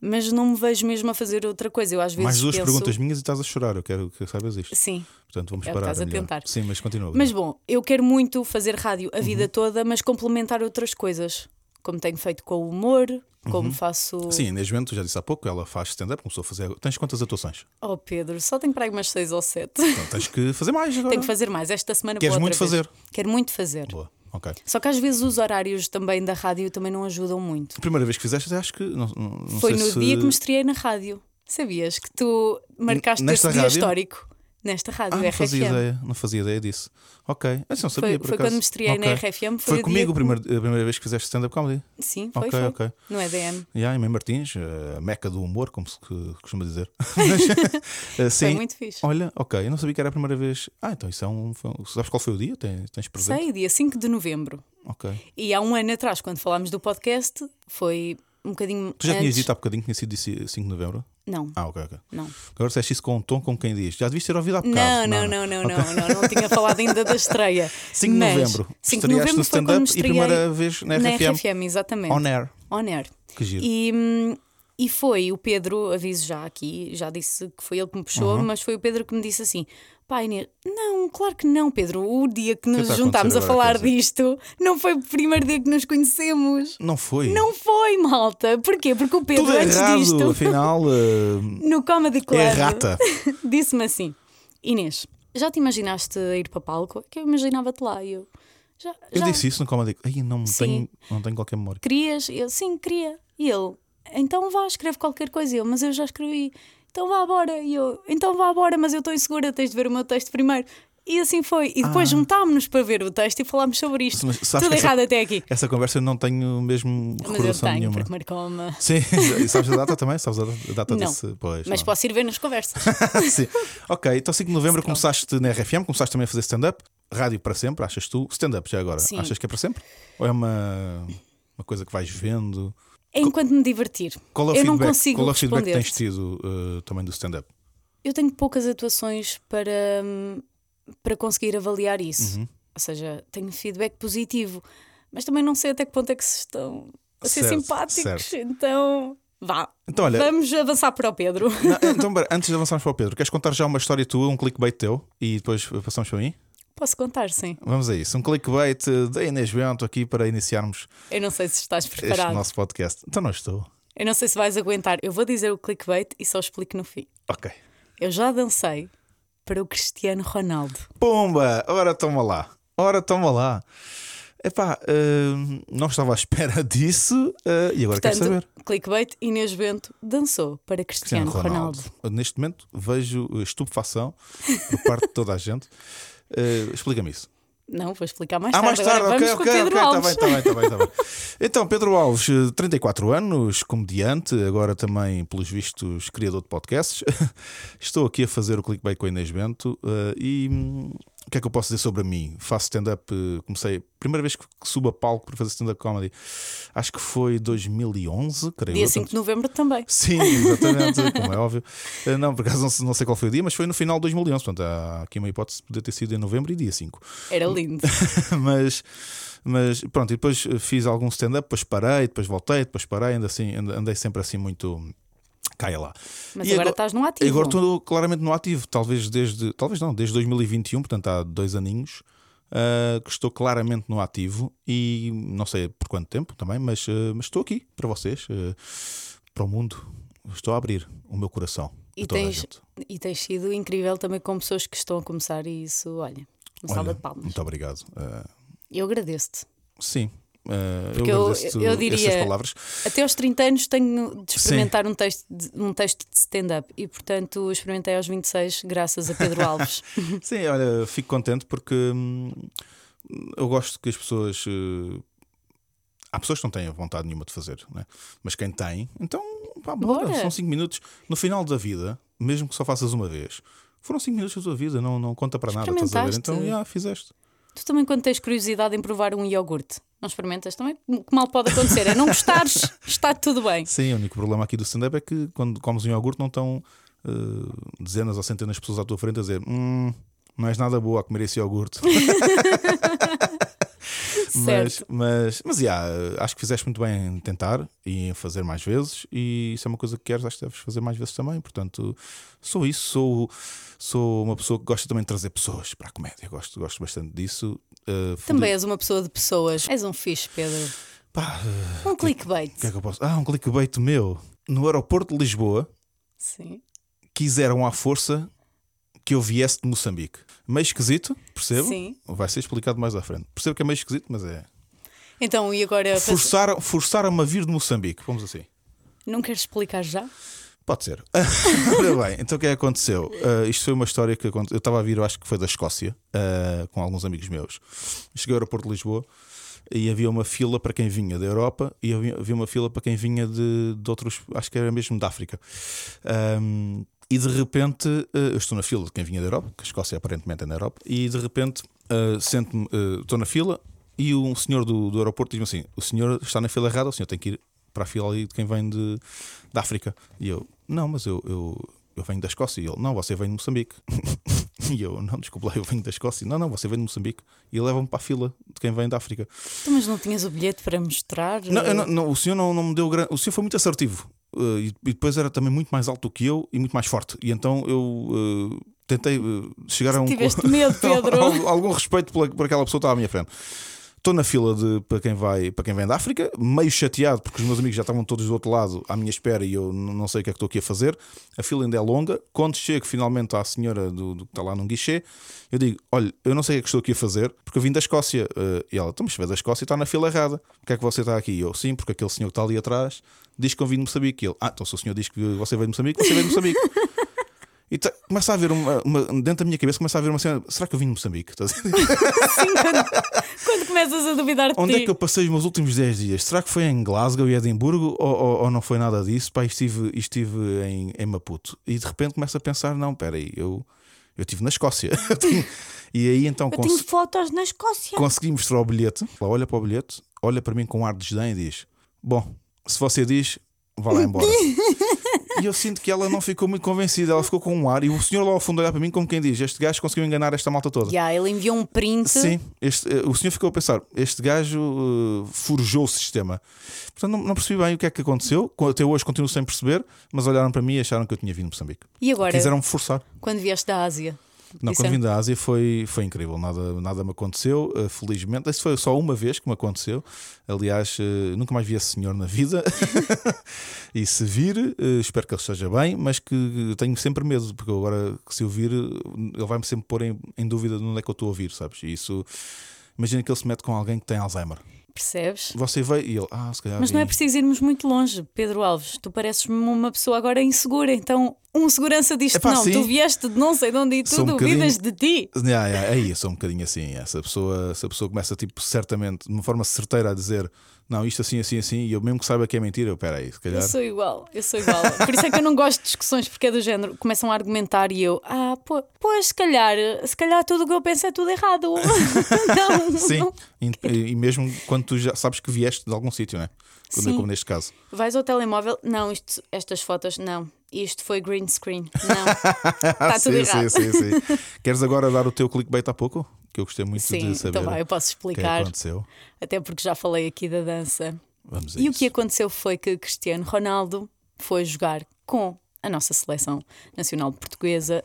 [SPEAKER 1] mas não me vejo mesmo a fazer outra coisa. Eu às vezes
[SPEAKER 3] Uhum. Mais duas
[SPEAKER 1] penso...
[SPEAKER 3] perguntas minhas e estás a chorar, eu quero que saibas isto.
[SPEAKER 1] Sim,
[SPEAKER 3] Portanto, vamos
[SPEAKER 1] É o que
[SPEAKER 3] parar.
[SPEAKER 1] estás a
[SPEAKER 3] melhor.
[SPEAKER 1] tentar.
[SPEAKER 3] Sim, mas continua.
[SPEAKER 1] mas bom, eu quero muito fazer rádio a
[SPEAKER 3] Uhum.
[SPEAKER 1] vida toda, mas complementar outras coisas, como tenho feito com o humor, como faço.
[SPEAKER 3] Uhum. Sim, a Inês Bento, já disse há pouco, ela faz stand-up, começou a fazer. Tens quantas atuações?
[SPEAKER 1] Oh Pedro, só tenho para aí umas seis ou sete.
[SPEAKER 3] Então, tens que fazer mais agora.
[SPEAKER 1] <laughs> tenho que fazer mais esta semana.
[SPEAKER 3] Queres
[SPEAKER 1] vou
[SPEAKER 3] muito
[SPEAKER 1] outra vez.
[SPEAKER 3] fazer?
[SPEAKER 1] Quero muito fazer.
[SPEAKER 3] Boa, ok.
[SPEAKER 1] Só que às vezes os horários também da rádio também não ajudam muito.
[SPEAKER 3] A primeira vez que fizeste, acho que. Não, não- não
[SPEAKER 1] Foi
[SPEAKER 3] sei
[SPEAKER 1] no
[SPEAKER 3] se...
[SPEAKER 1] dia que me estreiei na rádio. Sabias que tu marcaste
[SPEAKER 3] Nesta
[SPEAKER 1] esse dia
[SPEAKER 3] rádio?
[SPEAKER 1] histórico? nesta rádio,
[SPEAKER 3] Ah, não
[SPEAKER 1] RFM.
[SPEAKER 3] fazia ideia, não fazia ideia disso. Ok, Ah, eu não um sabia
[SPEAKER 1] Foi,
[SPEAKER 3] por
[SPEAKER 1] foi
[SPEAKER 3] acaso.
[SPEAKER 1] quando me estreiei na
[SPEAKER 3] Ok.
[SPEAKER 1] RFM. Foi,
[SPEAKER 3] Foi,
[SPEAKER 1] o dia
[SPEAKER 3] comigo a
[SPEAKER 1] que-
[SPEAKER 3] primeira, a primeira vez que fizeste stand-up comedy.
[SPEAKER 1] Sim, foi,
[SPEAKER 3] Ok,
[SPEAKER 1] foi.
[SPEAKER 3] ok.
[SPEAKER 1] No EDM.
[SPEAKER 3] E aí, Mãe Martins, eh, a meca do humor, como se que- costuma dizer. <laughs> Mas, eh,
[SPEAKER 1] Foi
[SPEAKER 3] sim,
[SPEAKER 1] muito fixe.
[SPEAKER 3] olha, ok, eu não sabia que era a primeira vez. Ah, então isso é um. Foi, um- sabes qual foi o dia? Tens, tens presente?
[SPEAKER 1] Sei, dia 5 de novembro.
[SPEAKER 3] Ok.
[SPEAKER 1] E há um ano atrás, quando falámos do podcast, foi um bocadinho.
[SPEAKER 3] Tu já
[SPEAKER 1] antes...
[SPEAKER 3] tinhas dito há bocadinho que tinha sido dia 5 de novembro?
[SPEAKER 1] Não,
[SPEAKER 3] Ah, ok, ok.
[SPEAKER 1] não.
[SPEAKER 3] Agora disseste isso com um tom como quem diz. Já devias ter ouvido há bocado.
[SPEAKER 1] Não, não, não, não, não, não, não, tinha falado ainda da
[SPEAKER 3] <laughs>
[SPEAKER 1] estreia.
[SPEAKER 3] 5 de
[SPEAKER 1] Mas
[SPEAKER 3] novembro.
[SPEAKER 1] 5
[SPEAKER 3] Estreaste
[SPEAKER 1] de novembro
[SPEAKER 3] no
[SPEAKER 1] foi quando me
[SPEAKER 3] stand-up e
[SPEAKER 1] estreiei
[SPEAKER 3] primeira vez na
[SPEAKER 1] na
[SPEAKER 3] RFM.
[SPEAKER 1] RFM, exatamente.
[SPEAKER 3] On air.
[SPEAKER 1] On air.
[SPEAKER 3] Que giro.
[SPEAKER 1] E, hum, e foi o Pedro, aviso já aqui, já disse que foi ele que me
[SPEAKER 3] Uhum.
[SPEAKER 1] puxou, mas foi o Pedro que me disse assim: pá, Inês, não, claro que não, Pedro. O dia que nos
[SPEAKER 3] está a
[SPEAKER 1] juntámos a
[SPEAKER 3] é acontecer agora,
[SPEAKER 1] falar
[SPEAKER 3] quer dizer?
[SPEAKER 1] disto não foi o primeiro dia que nos conhecemos.
[SPEAKER 3] Não foi.
[SPEAKER 1] Não foi, malta. Porquê? Porque o Pedro,
[SPEAKER 3] Tudo
[SPEAKER 1] antes
[SPEAKER 3] errado,
[SPEAKER 1] disto,
[SPEAKER 3] afinal.
[SPEAKER 1] <laughs>
[SPEAKER 3] eh,
[SPEAKER 1] no Comedy Club,
[SPEAKER 3] rata.
[SPEAKER 1] <laughs> disse-me assim: Inês, já te imaginaste ir para palco? Que eu imaginava-te lá. E eu já,
[SPEAKER 3] eu
[SPEAKER 1] já
[SPEAKER 3] disse isso no comedy. Ai, não, me
[SPEAKER 1] Sim.
[SPEAKER 3] tenho, não tenho qualquer memória.
[SPEAKER 1] querias? Eu, sim, queria. E ele, então vá, escreve qualquer coisa. E Eu, mas eu já escrevi. Então vá embora. E eu, então vá embora, mas eu estou insegura, tens de ver o meu texto primeiro. E assim foi. E depois juntámos-nos para ver o texto e falámos sobre isto.
[SPEAKER 3] Ah. Mas sabes
[SPEAKER 1] Tudo
[SPEAKER 3] que essa-
[SPEAKER 1] errado até aqui.
[SPEAKER 3] Essa conversa eu não tenho mesmo
[SPEAKER 1] Mas eu
[SPEAKER 3] recordação
[SPEAKER 1] tenho,
[SPEAKER 3] nenhuma.
[SPEAKER 1] porque marcou uma.
[SPEAKER 3] <laughs> Sim, e sabes a data também? Sabes a data- a data
[SPEAKER 1] Não.
[SPEAKER 3] desse. Pois,
[SPEAKER 1] Mas
[SPEAKER 3] não.
[SPEAKER 1] posso ir ver nas conversas.
[SPEAKER 3] <laughs> Sim. Ok, então 5 de novembro começaste na RFM, começaste também a fazer stand-up. Rádio para sempre, achas tu? Stand-up já agora,
[SPEAKER 1] Sim.
[SPEAKER 3] achas que é para sempre? Ou é uma, uma coisa que vais vendo?
[SPEAKER 1] É Enquanto me divertir.
[SPEAKER 3] Qual é o
[SPEAKER 1] eu não
[SPEAKER 3] feedback,
[SPEAKER 1] consigo
[SPEAKER 3] qual é o feedback que
[SPEAKER 1] responder.
[SPEAKER 3] tens tido eh, também do stand-up?
[SPEAKER 1] Eu tenho poucas atuações para, hum, para conseguir avaliar isso.
[SPEAKER 3] Uhum.
[SPEAKER 1] Ou seja, tenho feedback positivo, mas também não sei até que ponto é que se estão a ser
[SPEAKER 3] Certo,
[SPEAKER 1] simpáticos.
[SPEAKER 3] certo.
[SPEAKER 1] Então, vá.
[SPEAKER 3] Então, olha-
[SPEAKER 1] Vamos avançar para o Pedro. <laughs>
[SPEAKER 3] Não, então, pera, antes de avançarmos para o Pedro, queres contar já uma história tua, um clickbait teu e depois passamos para mim?
[SPEAKER 1] Posso contar, sim.
[SPEAKER 3] Vamos a isso. Um clickbait eh, da Inês Bento aqui para iniciarmos
[SPEAKER 1] Eu não sei se estás
[SPEAKER 3] este
[SPEAKER 1] preparado.
[SPEAKER 3] nosso podcast. Então, não estou.
[SPEAKER 1] Eu não sei se vais aguentar. Eu vou dizer o clickbait e só explico no fim.
[SPEAKER 3] Ok.
[SPEAKER 1] Eu já dancei para o Cristiano Ronaldo.
[SPEAKER 3] Pumba! Ora, toma lá. Ora, toma lá. Epá, hum, não estava à espera <laughs> disso eh, e agora quero saber.
[SPEAKER 1] Portanto, clickbait, Inês Bento dançou para Cristiano, Ronaldo.
[SPEAKER 3] Neste momento vejo estupefação por parte de toda a gente. Eh, Explica-me isso.
[SPEAKER 1] Não, vou explicar mais
[SPEAKER 3] Ah,
[SPEAKER 1] tarde.
[SPEAKER 3] mais tarde,
[SPEAKER 1] Agora
[SPEAKER 3] ok,
[SPEAKER 1] vamos com o
[SPEAKER 3] ok,
[SPEAKER 1] Pedro
[SPEAKER 3] ok, está
[SPEAKER 1] Alves.
[SPEAKER 3] bem, está bem, está bem, está bem.
[SPEAKER 1] <laughs>
[SPEAKER 3] Então, Pedro Alves, eh, 34 anos, comediante, agora também, pelos vistos, criador de podcasts. <laughs> Estou aqui a fazer o clickbait com a Inês Bento eh, e hum, o que é que eu posso dizer sobre mim? Faço stand-up, eh, comecei, primeira vez que que subo a palco para fazer stand-up comedy, acho que foi 2011, creio
[SPEAKER 1] Dia
[SPEAKER 3] eu,
[SPEAKER 1] 5 de novembro também.
[SPEAKER 3] Sim, exatamente, <laughs> como é óbvio. Eh, Não, por acaso não se- não sei qual foi o dia, mas foi no final de 2011. Portanto, há aqui uma hipótese de poder ter sido em novembro e dia 5.
[SPEAKER 1] Era lindo.
[SPEAKER 3] <laughs> mas, mas pronto, e depois eh, fiz algum stand-up, depois parei, depois voltei, depois parei, ainda assim, and- andei sempre assim muito. Caia lá.
[SPEAKER 1] Mas
[SPEAKER 3] E
[SPEAKER 1] agora estás no ativo.
[SPEAKER 3] Agora estou claramente no ativo, talvez desde. Talvez não, desde 2021, portanto há dois aninhos. ah, que estou claramente no ativo e não sei por quanto tempo também, mas, ah, mas estou aqui para vocês, ah, para o mundo. Estou a abrir o meu coração
[SPEAKER 1] E
[SPEAKER 3] a toda
[SPEAKER 1] tens-
[SPEAKER 3] a gente.
[SPEAKER 1] E tens sido incrível também com pessoas que estão a começar e isso, olha, uma salva
[SPEAKER 3] Olha,
[SPEAKER 1] de palmas.
[SPEAKER 3] Muito obrigado. Ah,
[SPEAKER 1] Eu agradeço-te.
[SPEAKER 3] sim, ah,
[SPEAKER 1] Porque eu-
[SPEAKER 3] eu agradeço
[SPEAKER 1] eu diria-
[SPEAKER 3] essas palavras.
[SPEAKER 1] Até aos 30 anos tenho de experimentar um texto de, um texto de stand-up e, portanto, experimentei aos 26, graças a
[SPEAKER 3] <laughs>
[SPEAKER 1] Pedro Alves.
[SPEAKER 3] Sim, olha, fico contente porque hum, eu gosto que as pessoas. eh, há pessoas que não têm vontade nenhuma de fazer, né? mas quem tem, então pá, bora,
[SPEAKER 1] Bora.
[SPEAKER 3] são 5 minutos. No final da vida, mesmo que só faças uma vez, foram 5 minutos da tua vida, não, não conta para nada, estás a ver? Então,
[SPEAKER 1] Experimentaste.
[SPEAKER 3] já fizeste.
[SPEAKER 1] tu também, quando tens curiosidade em provar um iogurte, não experimentas também? Que mal pode acontecer? É
[SPEAKER 3] <laughs>
[SPEAKER 1] não gostares, está tudo bem.
[SPEAKER 3] Sim, o único problema aqui do stand-up é que quando comes um iogurte não estão eh, dezenas ou centenas de pessoas à tua frente a dizer hum, não és nada boa a comer esse iogurte. mas,
[SPEAKER 1] Certo.
[SPEAKER 3] mas, mas yeah, acho que fizeste muito bem em tentar e em fazer mais vezes, e isso é uma coisa que queres, acho que deves fazer mais vezes também. Portanto, sou isso, sou, sou uma pessoa que gosta também de trazer pessoas para a comédia, gosto, gosto bastante disso. Eh,
[SPEAKER 1] Também és uma pessoa de pessoas. És um fixe, Pedro.
[SPEAKER 3] Pá,
[SPEAKER 1] Um clickbait.
[SPEAKER 3] o que é que eu posso? Ah, um clickbait meu. No aeroporto de Lisboa,
[SPEAKER 1] Sim.
[SPEAKER 3] quiseram à força que eu viesse de Moçambique. Meio esquisito, percebo?
[SPEAKER 1] Sim.
[SPEAKER 3] Vai ser explicado mais à frente. Percebo que é meio esquisito, mas é.
[SPEAKER 1] Então, e agora?
[SPEAKER 3] Forçaram- Forçaram-me a vir de Moçambique, vamos assim.
[SPEAKER 1] Não queres explicar já?
[SPEAKER 3] Pode ser. <laughs> Ora bem, então o que é que aconteceu? Ah, isto foi uma história que aconte- eu estava a vir, eu acho que foi da Escócia, ah, com alguns amigos meus. Cheguei ao aeroporto de Lisboa e havia uma fila para quem vinha da Europa e havia havia uma fila para quem vinha de, de outros, acho que era mesmo da África. Ahm, e de repente, ah, eu estou na fila de quem vinha da Europa, que a Escócia aparentemente é na Europa, e de repente ah, sento-me, ah, estou na fila e um senhor do, do aeroporto diz-me assim: o senhor está na fila errada, o senhor tem que ir para a fila ali de quem vem de, da África. E eu, não, mas eu, eu, eu venho da Escócia. E ele, não, você vem de Moçambique. <laughs> e eu, não, desculpa lá, eu venho da Escócia. Não, não, você vem de Moçambique. E leva-me para a fila de quem vem da África.
[SPEAKER 1] Tu, mas não tinhas o bilhete para mostrar?
[SPEAKER 3] Não, eu não- não, o senhor não, não me deu grande. O senhor foi muito assertivo. Uh, e, e depois era também muito mais alto do que eu e muito mais forte. E então eu uh, tentei uh, chegar a um.
[SPEAKER 1] Tiveste medo,
[SPEAKER 3] <laughs>
[SPEAKER 1] Pedro?
[SPEAKER 3] algum, algum respeito pela, por aquela pessoa que estava à minha frente. Estou na fila de, para, quem vai, para quem vem da África, meio chateado porque os meus amigos já estavam todos do outro lado à minha espera e eu n- não sei o que é que estou aqui a fazer. A fila ainda é longa. Quando chego finalmente à senhora do, do que está lá num guichê, eu digo: Olha, eu não sei o que é que estou aqui a fazer porque eu vim da Escócia. Eh, e ela, estamos a da Escócia e está na fila errada. Porque é que você está aqui? E eu, sim, porque aquele senhor que está ali atrás diz que eu vim de Moçambique. E ele, ah, então se o senhor diz que você veio de Moçambique, você veio de Moçambique. E tá- começa a haver uma, uma- Dentro da minha cabeça começa a haver uma cena. Será que eu vim de Moçambique? Estás a
[SPEAKER 4] <laughs>
[SPEAKER 3] dizer?
[SPEAKER 1] Sim, quando, quando começas a duvidar de
[SPEAKER 3] Onde
[SPEAKER 1] ti.
[SPEAKER 3] é que eu passei os meus últimos 10 dias? Será que foi em Glasgow e Edimburgo ou, ou- ou não foi nada disso? Pá, estive, estive em, em Maputo. E de repente começo a pensar: não, peraí, eu eu estive na Escócia. <laughs> Eu tenho- e aí então
[SPEAKER 4] Eu
[SPEAKER 3] cons-
[SPEAKER 4] tenho fotos na Escócia.
[SPEAKER 3] consegui mostrar o bilhete. Ela olha para o bilhete, olha para mim com um ar de desdém e diz: Bom, se você diz, vá
[SPEAKER 4] <laughs>
[SPEAKER 3] lá embora. e eu sinto que ela não ficou muito convencida, ela ficou com um ar. E o senhor lá ao fundo olha para mim como quem diz: Este gajo conseguiu enganar esta malta toda.
[SPEAKER 1] Yeah, ele enviou um print.
[SPEAKER 3] Sim, este, eh, o senhor ficou a pensar: este gajo eh, forjou o sistema. Portanto, não, não percebi bem o que é que aconteceu. Co- Até hoje continuo sem perceber, mas olharam para mim e acharam que eu tinha vindo de Moçambique.
[SPEAKER 1] E agora,
[SPEAKER 3] Quiseram-me forçar.
[SPEAKER 1] quando vieste da Ásia?
[SPEAKER 3] Não, quando
[SPEAKER 1] Disseram-
[SPEAKER 3] vim da Ásia foi, foi incrível, nada, nada me aconteceu, eh, felizmente. Isso foi só uma vez que me aconteceu. Aliás, eh, nunca mais vi esse senhor na vida. <laughs> e se vir, eh, espero que ele esteja bem, mas que tenho sempre medo, porque eu agora, que se eu vir, eh, ele vai-me sempre pôr em, em dúvida de onde é que eu estou a vir, sabes? E isso. Imagina que ele se mete com alguém que tem Alzheimer.
[SPEAKER 1] Percebes?
[SPEAKER 3] Você veio e ele, ah, se calhar.
[SPEAKER 1] Mas não é
[SPEAKER 3] vim."
[SPEAKER 1] preciso irmos muito longe, Pedro Alves. Tu pareces-me uma pessoa agora insegura, então um segurança diz-te
[SPEAKER 3] Epá,
[SPEAKER 1] não,
[SPEAKER 3] sim.
[SPEAKER 1] tu vieste de não sei de onde e tu
[SPEAKER 3] Sou um
[SPEAKER 1] duvidas de ti.
[SPEAKER 3] Yeah, yeah, é isso, é um bocadinho assim. é. Se a pessoa, se a pessoa começa, tipo, certamente, de uma forma certeira, a dizer não, isto assim, assim, assim, e eu mesmo que saiba que é mentira, eu, peraí, se calhar.
[SPEAKER 1] Eu sou igual, eu sou igual. Por isso é que eu não gosto de discussões, porque é do género. Começam a argumentar e eu, ah, pô, pois, se calhar, se calhar tudo o que eu penso é tudo errado. <laughs> não,
[SPEAKER 3] Sim,
[SPEAKER 1] não.
[SPEAKER 3] e, e mesmo quando tu já sabes que vieste de algum sítio, né? Como,
[SPEAKER 1] Sim.
[SPEAKER 3] como neste caso.
[SPEAKER 1] Vais ao telemóvel, não, isto, estas fotos, não. Isto foi green screen, não.
[SPEAKER 3] <laughs>
[SPEAKER 1] Está Tá tudo
[SPEAKER 3] Ah, sim,
[SPEAKER 1] errado.
[SPEAKER 3] sim, sim, sim. Queres agora dar o teu clickbait há pouco? Que eu gostei muito
[SPEAKER 1] Sim,
[SPEAKER 3] de saber
[SPEAKER 1] então vai, eu
[SPEAKER 3] o que
[SPEAKER 1] posso
[SPEAKER 3] é que
[SPEAKER 1] explicar,
[SPEAKER 3] aconteceu.
[SPEAKER 1] até porque já falei aqui da dança.
[SPEAKER 3] Vamos a
[SPEAKER 1] E o
[SPEAKER 3] isso.
[SPEAKER 1] que aconteceu foi que Cristiano Ronaldo foi jogar com a nossa seleção nacional portuguesa,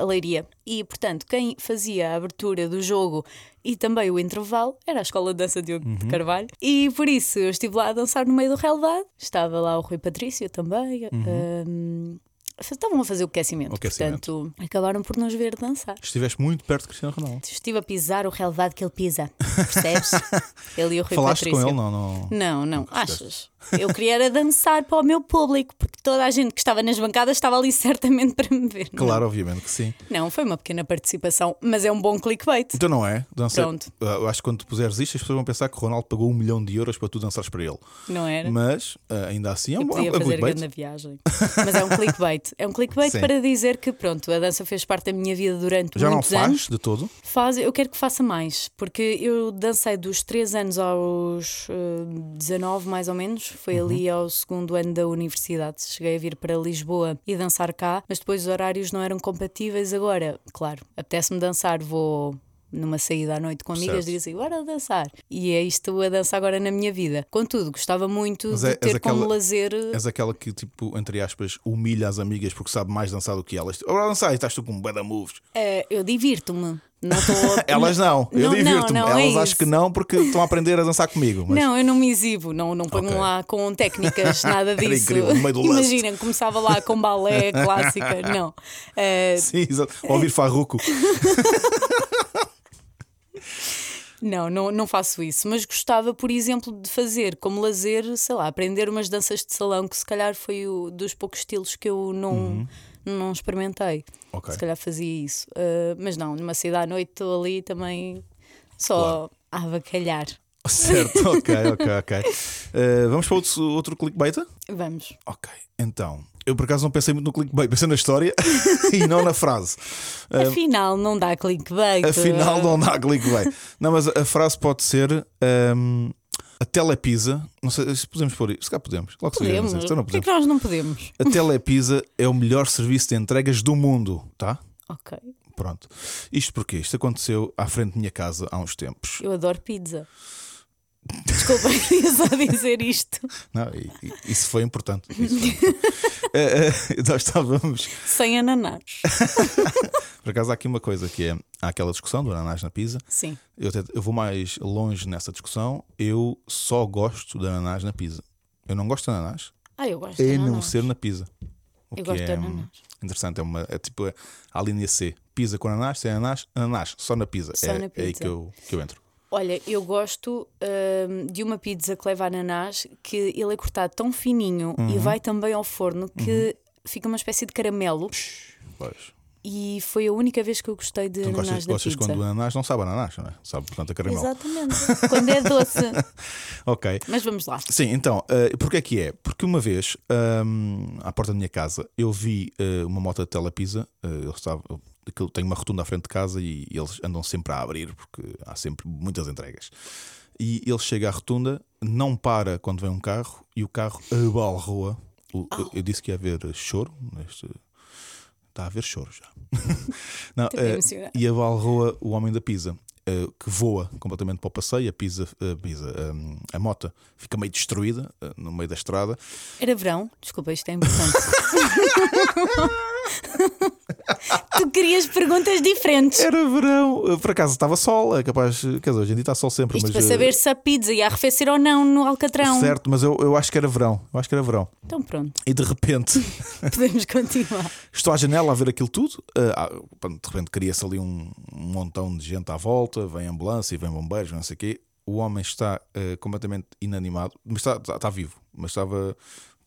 [SPEAKER 1] a Leiria. E, portanto, quem fazia a abertura do jogo e também o intervalo era a Escola de Dança Diogo
[SPEAKER 3] Uhum.
[SPEAKER 1] de Carvalho. E por isso eu estive lá a dançar no meio do relvado. Estava lá o Rui Patrício também. hum, estavam a fazer o aquecimento,
[SPEAKER 3] Uhum. O aquecimento.
[SPEAKER 1] portanto, acabaram por nos ver dançar.
[SPEAKER 3] Estiveste muito perto de Cristiano Ronaldo.
[SPEAKER 1] Estive a pisar o relvado que ele pisa, percebes?
[SPEAKER 3] <laughs>
[SPEAKER 1] ele e o Rui
[SPEAKER 3] Falaste
[SPEAKER 1] Patrício.
[SPEAKER 3] com ele? Não, é? não.
[SPEAKER 1] Não, não, achas? Eu queria era dançar para o meu público, porque toda a gente que estava nas bancadas estava ali <laughs> certamente para me ver.
[SPEAKER 3] Claro, obviamente que sim.
[SPEAKER 1] Não, foi uma pequena participação, mas é um bom clickbait.
[SPEAKER 3] Então não é? Dança...
[SPEAKER 1] Pronto.
[SPEAKER 3] Ah, Eu acho que quando tu puseres isto, as pessoas vão pensar que o Ronaldo pagou um milhão de euros para tu dançares para ele.
[SPEAKER 1] Não era?
[SPEAKER 3] Mas ah, ainda assim é um
[SPEAKER 1] Eu
[SPEAKER 3] bom
[SPEAKER 1] podia
[SPEAKER 3] é um
[SPEAKER 1] fazer
[SPEAKER 3] clickbait.
[SPEAKER 1] grande viagem. Mas é um clickbait. É um
[SPEAKER 3] <laughs>
[SPEAKER 1] clickbait
[SPEAKER 3] Sim.
[SPEAKER 1] para dizer que, pronto, a dança fez parte da minha vida durante
[SPEAKER 3] Já não
[SPEAKER 1] muitos
[SPEAKER 3] faz
[SPEAKER 1] anos.
[SPEAKER 3] de todo.
[SPEAKER 1] Faz, eu quero que faça mais, porque eu dancei dos 3 anos aos eh, 19, mais ou menos. Foi ali
[SPEAKER 3] Uhum.
[SPEAKER 1] ao segundo ano da universidade. Cheguei a vir para Lisboa e dançar cá, mas depois os horários não eram compatíveis. Agora, claro, apetece-me dançar, vou. Numa saída à noite com amigas,
[SPEAKER 3] Certo.
[SPEAKER 1] digo assim: bora dançar. E é isto a dança agora na minha vida. Contudo, gostava muito
[SPEAKER 3] Mas
[SPEAKER 1] de
[SPEAKER 3] é- és
[SPEAKER 1] ter como
[SPEAKER 3] aquela-
[SPEAKER 1] lazer.
[SPEAKER 3] És aquela que, tipo, entre aspas, humilha as amigas porque sabe mais dançar do que elas. Agora dançar e estás tu com um da moves.
[SPEAKER 1] eh, eu divirto-me. Não estou.
[SPEAKER 3] <laughs> Elas não, eu
[SPEAKER 1] Não, não,
[SPEAKER 3] divirto-me.
[SPEAKER 1] não, é
[SPEAKER 3] Elas acho
[SPEAKER 1] isso.
[SPEAKER 3] que não porque estão a aprender a dançar comigo. <laughs> Mas
[SPEAKER 1] Não, eu não me exibo, não, não ponho
[SPEAKER 3] Ok.
[SPEAKER 1] lá com técnicas,
[SPEAKER 3] <laughs>
[SPEAKER 1] nada
[SPEAKER 3] Era
[SPEAKER 1] disso.
[SPEAKER 3] incrível, no meio do lance.
[SPEAKER 1] Imagina, começava lá
[SPEAKER 3] <laughs>
[SPEAKER 1] com balé clássica, não. Eh, <laughs>
[SPEAKER 3] Sim, exato. Ouvir farruco.
[SPEAKER 1] Não, não, não faço isso, mas gostava, por exemplo, de fazer como lazer, sei lá, aprender umas danças de salão, que se calhar foi o, dos poucos estilos que eu não, não experimentei.
[SPEAKER 3] Uhum. Ok.
[SPEAKER 1] Se calhar fazia isso. Ah, mas não, numa cidade à noite estou ali também só a avacalhar.
[SPEAKER 3] Oh, Certo, ok, ok, ok. Eh, vamos para outro, outro clickbait?
[SPEAKER 1] Vamos.
[SPEAKER 3] Ok, então. Eu por acaso não pensei muito no clickbait, pensei na história <laughs> e não na frase.
[SPEAKER 1] Afinal, não dá clickbait.
[SPEAKER 3] Eh, Afinal, não dá clickbait. Não, mas a frase pode ser ehm, a telepisa. Não sei se podemos pôr isso. Se cá podemos. Logo se vê, não
[SPEAKER 1] Podemos.
[SPEAKER 3] sei, então não
[SPEAKER 1] Porquê
[SPEAKER 3] podemos.
[SPEAKER 1] que nós não podemos?
[SPEAKER 3] A telepisa é o melhor serviço de entregas do mundo, tá?
[SPEAKER 1] Ok.
[SPEAKER 3] Pronto. Isto porque isto aconteceu à frente da minha casa há uns tempos.
[SPEAKER 1] Eu adoro pizza. Desculpa, <laughs> queria só dizer isto.
[SPEAKER 3] Não, e- e- isso foi importante. Isso foi importante.
[SPEAKER 1] <laughs>
[SPEAKER 3] Eh, eh, nós estávamos.
[SPEAKER 1] Sem ananás.
[SPEAKER 3] Por acaso há aqui uma coisa que é há aquela discussão do ananás na pizza.
[SPEAKER 1] Sim.
[SPEAKER 3] Eu, até- eu vou mais longe nessa discussão. Eu só gosto de ananás na pizza. Eu não gosto de ananás,
[SPEAKER 1] Ah, eu gosto de
[SPEAKER 3] a não
[SPEAKER 1] ananás.
[SPEAKER 3] ser na pizza. O
[SPEAKER 1] Eu gosto de
[SPEAKER 3] é
[SPEAKER 1] ananás.
[SPEAKER 3] hum, interessante. É, uma, é tipo a linha C: pizza com ananás, sem ananás, ananás, só na pizza.
[SPEAKER 1] Só
[SPEAKER 3] é,
[SPEAKER 1] na
[SPEAKER 3] é aí
[SPEAKER 1] pizza.
[SPEAKER 3] que eu, que eu entro.
[SPEAKER 1] Olha, eu gosto hum, de uma pizza que leva ananás que ele é cortado tão fininho
[SPEAKER 3] Uhum.
[SPEAKER 1] e vai também ao forno que fica uma espécie de caramelo.
[SPEAKER 3] Pois.
[SPEAKER 1] E foi a única vez que eu gostei de
[SPEAKER 3] Não
[SPEAKER 1] ananás
[SPEAKER 3] Então gostas,
[SPEAKER 1] na
[SPEAKER 3] gostas
[SPEAKER 1] pizza.
[SPEAKER 3] quando o ananás não sabe ananás, não é? Sabe, portanto, a caramelo.
[SPEAKER 1] Exatamente. quando é doce.
[SPEAKER 3] <laughs> Ok.
[SPEAKER 1] Mas vamos lá.
[SPEAKER 3] Sim, então, eh, porque é que é? Porque uma vez, ahm, à porta da minha casa, eu vi eh, uma moto de telepisa, eh, eu estava, eu, aquilo tem uma rotunda à frente de casa e eles andam sempre a abrir, porque há sempre muitas entregas. E ele chega à rotunda, não para quando vem um carro e o carro abalroa. O- eu, eu disse que ia haver choro neste. Está a haver choro
[SPEAKER 1] <laughs>
[SPEAKER 3] já. Não,
[SPEAKER 1] Também
[SPEAKER 3] eh,
[SPEAKER 1] emocionante.
[SPEAKER 3] e abalroa o homem da pizza, eh, que voa completamente para o passeio. A pizza, a, pizza, hum, a moto fica meio destruída eh, no meio da estrada.
[SPEAKER 1] Era verão? Desculpa, isto
[SPEAKER 3] <laughs>
[SPEAKER 1] é importante. tu querias perguntas diferentes.
[SPEAKER 3] Era verão, eh, por acaso estava sol, é capaz, quer dizer, hoje em dia está sol sempre,
[SPEAKER 1] Isto
[SPEAKER 3] mas
[SPEAKER 1] para
[SPEAKER 3] eh,
[SPEAKER 1] saber se é a pizza ia arrefecer ou não no Alcatrão.
[SPEAKER 3] certo, mas eu, eu acho que era verão, eu acho que era verão.
[SPEAKER 1] Então pronto, <laughs>
[SPEAKER 3] E de repente
[SPEAKER 1] podemos continuar.
[SPEAKER 3] Estou à janela a ver aquilo tudo. ah, ah, pronto, de repente cria-se ali um, um montão de gente à volta, vem ambulância, vem bombeiros, não sei o quê. O homem está ah, completamente inanimado, mas está, está, está vivo, mas estava.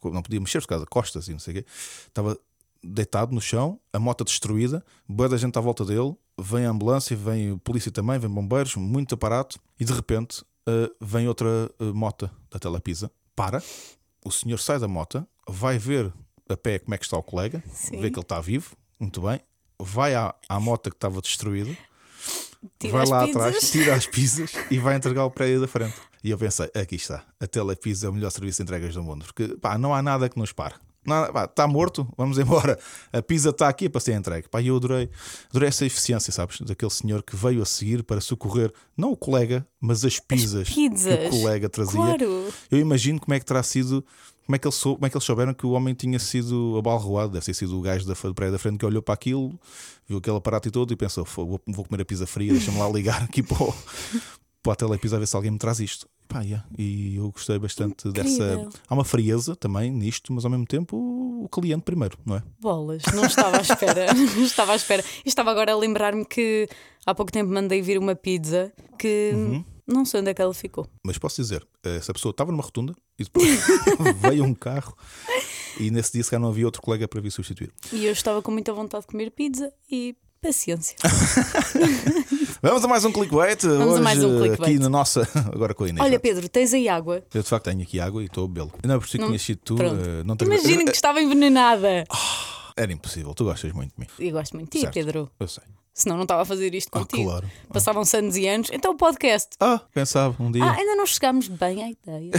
[SPEAKER 3] Não podia mexer por causa de costas e não sei o quê. Estava deitado no chão, a moto destruída, boa da gente à volta dele, vem a ambulância, vem a polícia também, vem bombeiros, muito aparato, e de repente ah, vem outra ah, moto da Telepisa, para, o senhor sai da moto, vai ver a pé como é que está o colega, vê que ele está vivo, muito bem, vai à, à moto que estava destruída,
[SPEAKER 1] Tira
[SPEAKER 3] vai
[SPEAKER 1] as
[SPEAKER 3] lá
[SPEAKER 1] pizzas.
[SPEAKER 3] atrás, tira
[SPEAKER 1] <laughs>
[SPEAKER 3] as pizzas e vai entregar o prédio da frente. E eu pensei, aqui está, a Telepisa é o melhor serviço de entregas do mundo, porque pá, não há nada que nos pare. Não há- pá, Está morto, vamos <laughs> embora. A pizza está aqui para ser entregue. Pá, e eu adorei, adorei essa eficiência, sabes? Daquele senhor que veio a seguir para socorrer, não o colega, mas as pizzas, que o
[SPEAKER 1] pizzas.
[SPEAKER 3] colega trazia.
[SPEAKER 1] Claro.
[SPEAKER 3] Eu imagino como é que terá sido, como é que, ele sou, como é que eles souberam que o homem tinha sido abalroado. Deve ter sido o gajo da fa- praia da frente que olhou para aquilo, viu aquele aparato e todo e pensou: "Fô, vou, vou comer a pizza fria, deixa-me lá ligar aqui para, o, <laughs> para a telepisa a ver se alguém me traz isto. Pá, yeah, E eu gostei bastante
[SPEAKER 1] Incrível.
[SPEAKER 3] dessa. Há uma frieza também nisto, mas ao mesmo tempo o cliente primeiro, não é?
[SPEAKER 1] Bolas, não estava à espera. <laughs> não estava à espera. E estava agora a lembrar-me que há pouco tempo mandei vir uma pizza que
[SPEAKER 3] Uhum.
[SPEAKER 1] não sei onde é que ela ficou.
[SPEAKER 3] Mas posso dizer, essa pessoa estava numa rotunda e depois <laughs> veio um carro e nesse dia se calhar não havia outro colega para vir substituir.
[SPEAKER 1] E eu estava com muita vontade de comer pizza e
[SPEAKER 3] <laughs>
[SPEAKER 1] paciência.
[SPEAKER 3] Vamos a mais um clickbait.
[SPEAKER 1] a
[SPEAKER 3] Hoje,
[SPEAKER 1] mais um
[SPEAKER 3] Aqui
[SPEAKER 1] clickbait.
[SPEAKER 3] na nossa. <laughs> Agora com a Inês.
[SPEAKER 1] Olha, Pedro, tens aí água.
[SPEAKER 3] eu de facto tenho aqui água e estou a bebê-lo. Eu Não, por que tinha sido tu.
[SPEAKER 1] Pronto.
[SPEAKER 3] eh, não tenho-
[SPEAKER 1] Imaginem que estava envenenada.
[SPEAKER 3] Era impossível. Tu gostas muito de mim.
[SPEAKER 1] Eu gosto muito de ti,
[SPEAKER 3] Certo.
[SPEAKER 1] Pedro.
[SPEAKER 3] Eu sei.
[SPEAKER 1] Senão não estava a fazer isto
[SPEAKER 3] Ah,
[SPEAKER 1] contigo.
[SPEAKER 3] claro.
[SPEAKER 1] Passavam-se anos e anos. Então o podcast.
[SPEAKER 3] Ah, quem sabe, um dia.
[SPEAKER 1] Ah, ainda não chegámos bem
[SPEAKER 3] <laughs>
[SPEAKER 1] à ideia.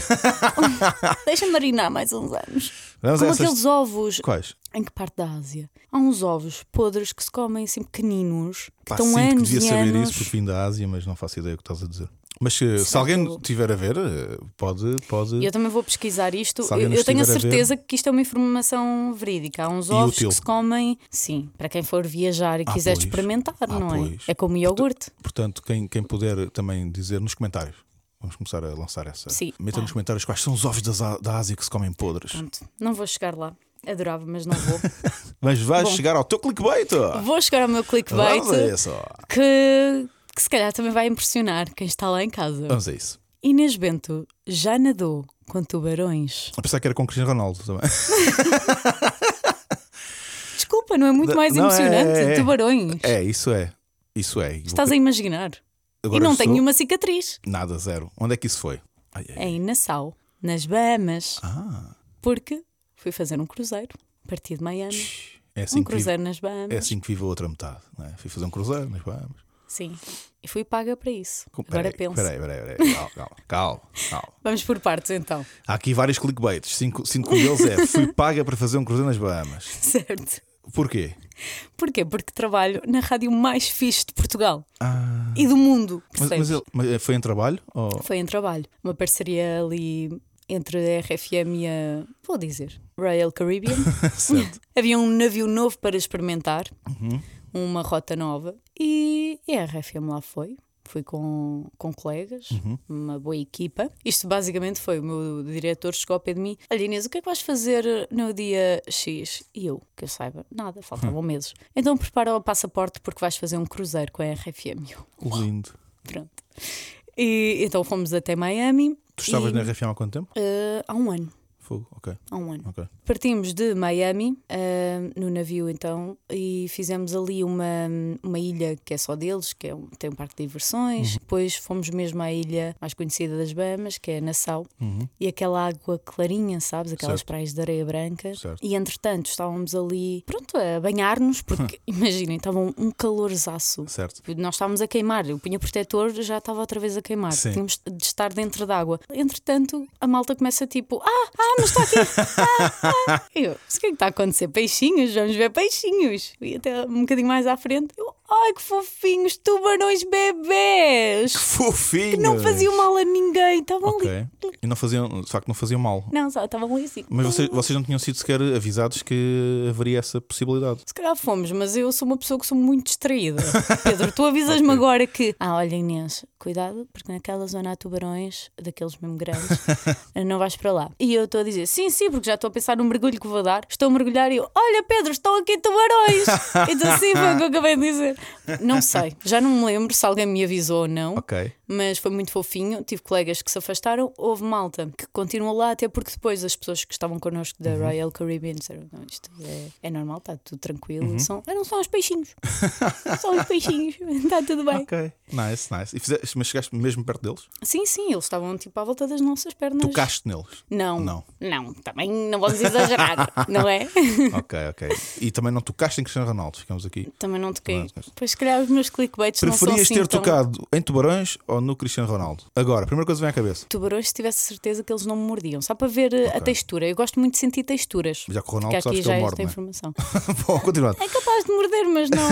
[SPEAKER 1] Deixa marinar mais uns anos.
[SPEAKER 3] Vamos a
[SPEAKER 1] Como
[SPEAKER 3] essas-
[SPEAKER 1] aqueles ovos.
[SPEAKER 3] Quais?
[SPEAKER 1] Em que parte da Ásia? Há uns ovos podres que se comem assim pequeninos, que
[SPEAKER 3] Pá,
[SPEAKER 1] estão
[SPEAKER 3] sinto que
[SPEAKER 1] anos
[SPEAKER 3] devia
[SPEAKER 1] e
[SPEAKER 3] saber
[SPEAKER 1] anos.
[SPEAKER 3] isso por fim da Ásia, mas não faço ideia do que estás a dizer. Mas eh, se, se alguém
[SPEAKER 1] que eu-
[SPEAKER 3] tiver a ver, eh, pode. pode...
[SPEAKER 1] E Eu também vou pesquisar isto.
[SPEAKER 3] Se alguém
[SPEAKER 1] Eu,
[SPEAKER 3] nos
[SPEAKER 1] eu tenho a
[SPEAKER 3] estiver a ver-
[SPEAKER 1] certeza que isto é uma informação verídica. Há uns ovos
[SPEAKER 3] útil.
[SPEAKER 1] que se comem, sim, para quem for viajar e quiser
[SPEAKER 3] pois.
[SPEAKER 1] experimentar,
[SPEAKER 3] Ah,
[SPEAKER 1] não é?
[SPEAKER 3] pois.
[SPEAKER 1] É como iogurte.
[SPEAKER 3] Portanto, quem, quem puder também dizer nos comentários. Vamos começar a lançar essa.
[SPEAKER 1] Sim. tá.
[SPEAKER 3] Meta nos comentários quais são os ovos das a- da Ásia que se comem podres.
[SPEAKER 1] Pronto, não vou chegar lá. Adorava, mas não vou.
[SPEAKER 3] <laughs> Mas vais
[SPEAKER 1] Bom.
[SPEAKER 3] chegar ao teu clickbait! ó.
[SPEAKER 1] vou chegar ao meu clickbait
[SPEAKER 3] Vamos a isso! ó.
[SPEAKER 1] que que se calhar também vai impressionar quem está lá em casa.
[SPEAKER 3] Vamos a isso.
[SPEAKER 1] Inês Bento já nadou com tubarões.
[SPEAKER 3] A pensar que era com Cristiano Ronaldo também.
[SPEAKER 1] Desculpa, não é muito
[SPEAKER 3] Da-
[SPEAKER 1] mais
[SPEAKER 3] não, é,
[SPEAKER 1] emocionante?
[SPEAKER 3] é, é.
[SPEAKER 1] Tubarões.
[SPEAKER 3] É, isso é. Isso é.
[SPEAKER 1] Estás a imaginar.
[SPEAKER 3] Agora
[SPEAKER 1] e não
[SPEAKER 3] sou-
[SPEAKER 1] tem nenhuma cicatriz. É
[SPEAKER 3] Nada, zero. Onde é que isso foi? Ai, ai.
[SPEAKER 1] Em Nassau, nas Bahamas.
[SPEAKER 3] Ah,
[SPEAKER 1] Porque fui fazer um cruzeiro, partir de Miami.
[SPEAKER 3] é assim
[SPEAKER 1] Um
[SPEAKER 3] que vive-
[SPEAKER 1] cruzeiro nas Bahamas.
[SPEAKER 3] É assim que vive a outra metade. Não é? Fui fazer um cruzeiro, mas vamos.
[SPEAKER 1] Sim. E fui paga para isso. Agora pensa.
[SPEAKER 3] Peraí, peraí, peraí. Calma, calma, calma, calma.
[SPEAKER 1] Vamos por partes então. <laughs>
[SPEAKER 3] Há aqui vários clickbaits. Cinco, cinco deles é fui paga para fazer um cruzeiro nas Bahamas.
[SPEAKER 1] Certo.
[SPEAKER 3] Porquê?
[SPEAKER 1] Porquê? Porque trabalho na rádio mais fixe de Portugal e do mundo.
[SPEAKER 3] Ah. Mas,
[SPEAKER 1] percebes?
[SPEAKER 3] mas ele- mas foi em trabalho? Ou...
[SPEAKER 1] Foi em trabalho. Uma parceria ali entre a RFM e a. Vou dizer. Royal Caribbean.
[SPEAKER 3] <laughs> Certo.
[SPEAKER 1] <laughs>
[SPEAKER 3] Uhum.
[SPEAKER 1] Havia um navio novo para experimentar, uma rota nova. E, e a RFM lá foi. Fui com, com colegas,
[SPEAKER 3] Uhum.
[SPEAKER 1] uma boa equipa. Isto basicamente foi: o meu diretor chegou ao pé de mim. Olha, Inês, o que é que vais fazer no dia X? E eu, que eu saiba,
[SPEAKER 3] <laughs>
[SPEAKER 1] nada, faltavam meses. Então prepara o passaporte porque vais fazer um cruzeiro com a RFM. E eu,
[SPEAKER 3] Lindo.
[SPEAKER 1] Pronto. E então fomos até Miami.
[SPEAKER 3] Tu estavas
[SPEAKER 1] e,
[SPEAKER 3] na RFM há quanto tempo?
[SPEAKER 1] eh, há um ano.
[SPEAKER 3] Fogo, ok.
[SPEAKER 1] Há um ano.
[SPEAKER 3] ok.
[SPEAKER 1] Partimos de Miami, eh, no navio então, e fizemos ali uma, uma ilha que é só deles, que é um- tem um parque de diversões.
[SPEAKER 3] Uhum.
[SPEAKER 1] Depois fomos mesmo à ilha mais conhecida das Bahamas, que é Nassau, e aquela água clarinha, sabes? Aquelas
[SPEAKER 3] Uhum. Certo.
[SPEAKER 1] praias de areia branca.
[SPEAKER 3] Certo.
[SPEAKER 1] E entretanto estávamos ali, pronto, a
[SPEAKER 3] <laughs>
[SPEAKER 1] banhar-nos, porque imaginem, estava um- um calorzaço.
[SPEAKER 3] Certo.
[SPEAKER 1] Tipo, Nós estávamos a queimar, eu punha protetor, já estava outra vez a queimar.
[SPEAKER 3] Sim.
[SPEAKER 1] Tínhamos de estar dentro d'água. Entretanto, a malta começa tipo: Ah, ah, mas
[SPEAKER 3] <laughs>
[SPEAKER 1] está aqui! Ah, ah. Eu, mas o que é que está a acontecer? Peixinhos, vamos ver peixinhos. E até um bocadinho mais à frente, eu, ai que fofinhos, tubarões bebés!
[SPEAKER 3] Fofinho!
[SPEAKER 1] Que não faziam mal a ninguém, estavam ali.
[SPEAKER 3] Ok. E não faziam, de facto, não faziam mal.
[SPEAKER 1] Não, só estavam ali assim.
[SPEAKER 3] Mas vocês, vocês não tinham sido sequer avisados que haveria essa possibilidade.
[SPEAKER 1] Se calhar fomos, mas eu sou uma pessoa que sou muito distraída. Pedro, tu avisas-me agora que. Ah, olha, Inês, cuidado, porque naquela zona há tubarões, daqueles mesmo grandes, eh, não vais para lá. E eu estou a dizer, sim, sim, porque já estou a pensar no mergulho que vou dar. Estou a mergulhar e eu, olha, Pedro, estão aqui tubarões. então, sim, foi o que eu acabei de dizer. Não sei, já não me lembro se alguém me avisou ou não.
[SPEAKER 3] Ok.
[SPEAKER 1] Mas foi muito fofinho. Tive colegas que se afastaram. Houve malta que continuou lá, até porque depois as pessoas que estavam connosco
[SPEAKER 3] Uhum.
[SPEAKER 1] da Royal Caribbean disseram: Não, isto é, é normal, está tudo tranquilo.
[SPEAKER 3] Uhum.
[SPEAKER 1] São, eram só uns
[SPEAKER 3] <laughs>
[SPEAKER 1] peixinhos. só uns peixinhos, <laughs> está tudo bem.
[SPEAKER 3] Ok. Nice, nice. E fizeste, mas chegaste mesmo perto deles?
[SPEAKER 1] Sim, sim, eles estavam tipo à volta das nossas pernas.
[SPEAKER 3] Tocaste
[SPEAKER 1] <laughs>
[SPEAKER 3] neles?
[SPEAKER 1] Não,
[SPEAKER 3] Não.
[SPEAKER 1] não, também não vamos
[SPEAKER 3] <laughs>
[SPEAKER 1] exagerar, não é?
[SPEAKER 3] ok, ok. E também não tocaste em Cristiano Ronaldo, ficamos aqui.
[SPEAKER 1] Também não toquei.
[SPEAKER 3] Não, mas-
[SPEAKER 1] Pois, se calhar, os meus clickbaits não são
[SPEAKER 3] Preferias
[SPEAKER 1] assim
[SPEAKER 3] ter
[SPEAKER 1] tão-
[SPEAKER 3] tocado em Tubarões ou no Cristiano Ronaldo? Agora, a primeira coisa que vem à cabeça.
[SPEAKER 1] Tubarões, se tivesse certeza que eles não me mordiam, só para ver eh, a textura. Eu gosto muito de sentir texturas.
[SPEAKER 3] Já que o
[SPEAKER 1] Porque
[SPEAKER 3] Ronaldo
[SPEAKER 1] aqui
[SPEAKER 3] sabes que
[SPEAKER 1] já
[SPEAKER 3] ele
[SPEAKER 1] é
[SPEAKER 3] morde,
[SPEAKER 1] esta
[SPEAKER 3] não é?
[SPEAKER 1] informação.
[SPEAKER 3] <laughs> Bom, continuando.
[SPEAKER 1] É capaz de morder,
[SPEAKER 3] <laughs>
[SPEAKER 1] mas não.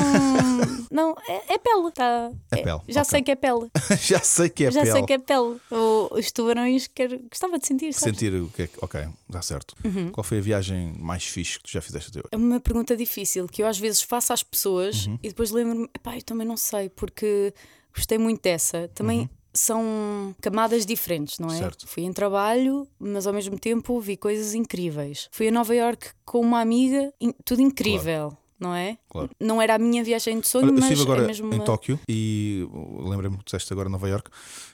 [SPEAKER 1] não, é, é pele. Tá,
[SPEAKER 3] É pele,
[SPEAKER 1] Já
[SPEAKER 3] ok.
[SPEAKER 1] sei que é pele.
[SPEAKER 3] <laughs> Já sei que é
[SPEAKER 1] já
[SPEAKER 3] pele.
[SPEAKER 1] sei que é pele. O- os tubarões quero, gostava de sentir, sabes?
[SPEAKER 3] Sentir o que é que. Ok, dá certo.
[SPEAKER 1] Uhum.
[SPEAKER 3] Qual foi a viagem mais fixe que tu já fizeste até hoje?
[SPEAKER 1] É uma pergunta difícil que eu às vezes faço às pessoas
[SPEAKER 3] Uhum.
[SPEAKER 1] e depois lembro-me, pá, eu também não sei, porque gostei muito dessa. Também são camadas diferentes, não é?
[SPEAKER 3] Uhum. Certo.
[SPEAKER 1] Fui em trabalho, mas ao mesmo tempo vi coisas incríveis. Fui a Nova Iorque com uma amiga, in- tudo incrível. Não é?
[SPEAKER 3] Claro.
[SPEAKER 1] Não era a minha viagem de sonho,
[SPEAKER 3] Olha, eu
[SPEAKER 1] mas
[SPEAKER 3] estive agora
[SPEAKER 1] é mesmo
[SPEAKER 3] em
[SPEAKER 1] uma...
[SPEAKER 3] Tóquio e lembrei-me que disseste agora em Nova York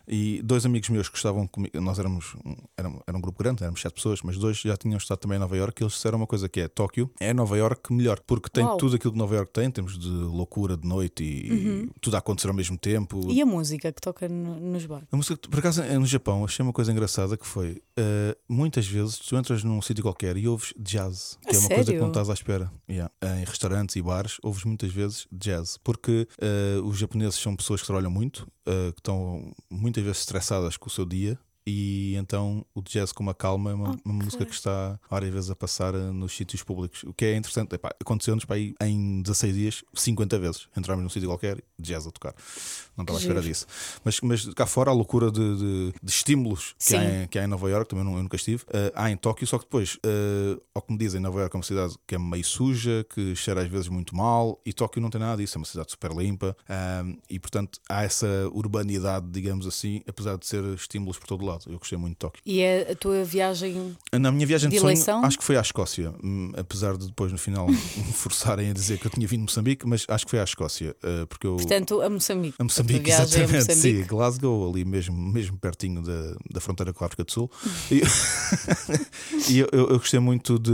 [SPEAKER 3] e dois amigos meus que estavam comigo, nós éramos um, era, um- era um grupo grande, éramos sete pessoas, mas dois já tinham estado também em Nova York e eles disseram uma coisa que é Tóquio é Nova York melhor, porque tem
[SPEAKER 1] Uau.
[SPEAKER 3] tudo aquilo que Nova York tem, em termos de loucura de noite e, e tudo a acontecer ao mesmo tempo.
[SPEAKER 1] Uhum. E a música que toca no- nos bares?
[SPEAKER 3] A música, que tu- por acaso, eh, no Japão, achei uma coisa engraçada que foi eh, muitas vezes tu entras num sítio qualquer e ouves jazz, que é
[SPEAKER 1] A
[SPEAKER 3] uma coisa que
[SPEAKER 1] sério?
[SPEAKER 3] não estás à espera. Yeah. Eh, Em restaurantes e bares, ouves muitas vezes jazz, porque eh, os japoneses são pessoas que trabalham muito, eh, que estão muitas vezes estressadas com o seu dia. E então o jazz com uma calma é uma, uma música que está várias vezes a passar eh, nos sítios públicos. O que é interessante, epá, aconteceu-nos para aí em 16 dias 50 vezes. Entramos num sítio qualquer, jazz a tocar. Não estava à espera disso. Mas, mas cá fora a loucura de, de- de estímulos que
[SPEAKER 1] Sim.
[SPEAKER 3] há, em, que há em Nova Iorque, também não, eu nunca estive, eh, há em Tóquio, só que depois, eh, ao que me dizem, Nova Iorque é uma cidade que é meio suja, que cheira às vezes muito mal, e Tóquio não tem nada disso, é uma cidade super ehm, limpa, ah, e portanto há essa urbanidade, digamos assim, apesar de ser estímulos por todo lado. lado. Eu gostei muito de Tóquio.
[SPEAKER 1] E é a, a tua viagem.
[SPEAKER 3] Na minha viagem de,
[SPEAKER 1] De
[SPEAKER 3] sonho,
[SPEAKER 1] eleição?
[SPEAKER 3] acho que foi à Escócia. Hum, Apesar de depois, no final, <laughs> me forçarem a dizer que eu tinha vindo de Moçambique, mas acho que foi à Escócia. eh, Porque eu.
[SPEAKER 1] Portanto, a Moçambique.
[SPEAKER 3] A Moçambique,
[SPEAKER 1] tua viagem é um a
[SPEAKER 3] exatamente,
[SPEAKER 1] Moçambique.
[SPEAKER 3] sim, Glasgow, ali mesmo, mesmo pertinho da, da fronteira com a África do
[SPEAKER 1] <laughs>
[SPEAKER 3] Sul. E, e eu, eu- eu gostei muito de,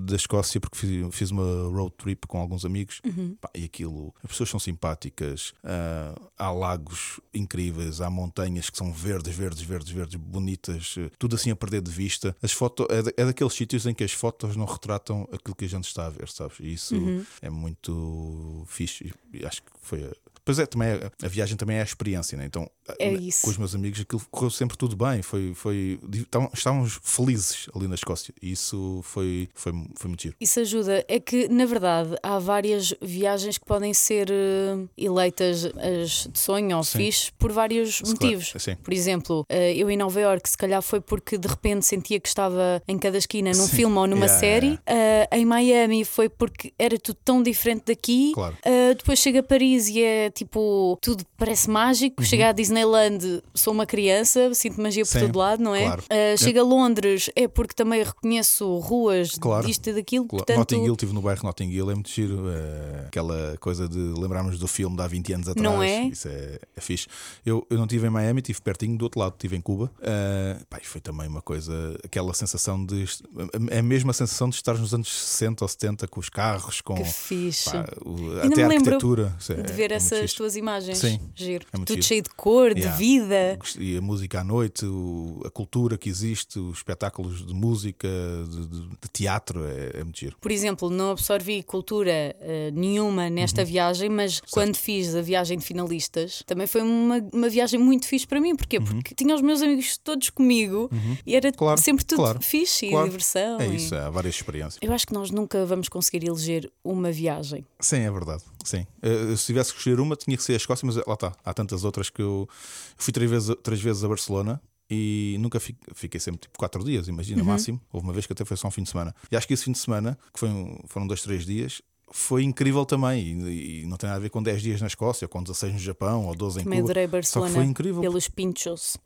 [SPEAKER 3] da Escócia porque fiz, fiz uma road trip com alguns amigos
[SPEAKER 1] Uhum.
[SPEAKER 3] Pá, e aquilo, as pessoas são simpáticas, ah, há lagos incríveis, há montanhas que são verdes, verdes, verdes, verdes, bonitas, eh, tudo assim a perder de vista. As fotos é, da- é daqueles sítios em que as fotos não retratam aquilo que a gente está a ver, sabes? E isso
[SPEAKER 1] Uhum.
[SPEAKER 3] é muito fixe. E acho que foi a, Pois é, também a, a viagem também é a experiência, né? Então,
[SPEAKER 1] É
[SPEAKER 3] na-
[SPEAKER 1] isso.
[SPEAKER 3] com os meus amigos aquilo correu sempre tudo bem, foi, foi di- tavam- estávamos felizes ali na Escócia. E isso foi foi foi muito giro.
[SPEAKER 1] Isso ajuda. É que, na verdade, há várias viagens que podem ser eh, eleitas as de sonho ou
[SPEAKER 3] Sim.
[SPEAKER 1] fixe por vários motivos.
[SPEAKER 3] Claro, é sim.
[SPEAKER 1] Por exemplo, eh, eu em Nova Iorque, se calhar foi porque de repente sentia que estava em cada esquina num
[SPEAKER 3] Sim.
[SPEAKER 1] filme ou numa
[SPEAKER 3] Yeah,
[SPEAKER 1] série.
[SPEAKER 3] yeah,
[SPEAKER 1] Eh, em Miami foi porque era tudo tão diferente daqui.
[SPEAKER 3] Claro.
[SPEAKER 1] Eh, depois chega a Paris e é tipo, tudo parece mágico. Chega à Disneyland, sou uma criança, sinto magia por
[SPEAKER 3] Uhum. Sim,
[SPEAKER 1] todo lado, não é?
[SPEAKER 3] claro.
[SPEAKER 1] Eh, chega a Londres, é porque também reconheço ruas
[SPEAKER 3] Claro.
[SPEAKER 1] disto e daquilo.
[SPEAKER 3] Claro.
[SPEAKER 1] Portanto,
[SPEAKER 3] Notting Hill, estive no bairro Notting Hill, é muito giro. é, aquela coisa de lembrarmos do filme de há 20 anos atrás.
[SPEAKER 1] Não é?
[SPEAKER 3] Isso é, é fixe. Eu, eu não estive em Miami, estive pertinho do outro lado, estive em Cuba. Ah, pá, e foi também uma coisa, aquela sensação de. est- É a mesma sensação de estar nos anos 60 ou 70 com os carros, com.
[SPEAKER 1] que fixe.
[SPEAKER 3] pá, o-
[SPEAKER 1] Ainda me
[SPEAKER 3] até a
[SPEAKER 1] lembro
[SPEAKER 3] arquitetura. Isso é-
[SPEAKER 1] de ver
[SPEAKER 3] é muito
[SPEAKER 1] essas
[SPEAKER 3] fixe.
[SPEAKER 1] tuas imagens.
[SPEAKER 3] Sim,
[SPEAKER 1] Giro.
[SPEAKER 3] é muito
[SPEAKER 1] Tudo
[SPEAKER 3] giro.
[SPEAKER 1] cheio de cor,
[SPEAKER 3] Yeah.
[SPEAKER 1] de vida.
[SPEAKER 3] Gost- E a música à noite, o- a cultura que existe, os espetáculos de música, de, de- de teatro, é, é muito giro.
[SPEAKER 1] Por exemplo, não absorvi cultura eh, nenhuma
[SPEAKER 3] Uhum.
[SPEAKER 1] nesta viagem, mas quando fiz a viagem de finalistas, também foi uma, uma viagem muito fixe para mim. Porquê? Porque tinha os meus amigos todos comigo e era
[SPEAKER 3] Uhum. Claro,
[SPEAKER 1] sempre tudo
[SPEAKER 3] claro,
[SPEAKER 1] fixe
[SPEAKER 3] claro.
[SPEAKER 1] e diversão.
[SPEAKER 3] É
[SPEAKER 1] e-
[SPEAKER 3] isso, há várias experiências.
[SPEAKER 1] Eu acho que nós nunca vamos conseguir eleger uma viagem.
[SPEAKER 3] Sim, é verdade. Sim. Eh, se tivesse que escolher uma, tinha que ser a Escócia, mas eh, lá está. Há tantas outras que eu eu fui três vezes, três vezes a Barcelona e nunca fi- fiquei sempre tipo quatro dias,
[SPEAKER 1] Uhum.
[SPEAKER 3] imagina, máximo. Houve uma vez que até foi só um fim de semana. E acho que esse fim de semana, que foi um- foram dois, três dias. Foi incrível também, e, e não tem nada a ver com 10 dias na Escócia, ou com 16 no Japão, ou 12 em
[SPEAKER 1] Também
[SPEAKER 3] Cuba.
[SPEAKER 1] adorei
[SPEAKER 3] É Só
[SPEAKER 1] Barcelona
[SPEAKER 3] que foi incrível. <laughs>
[SPEAKER 1] pelos pinchos.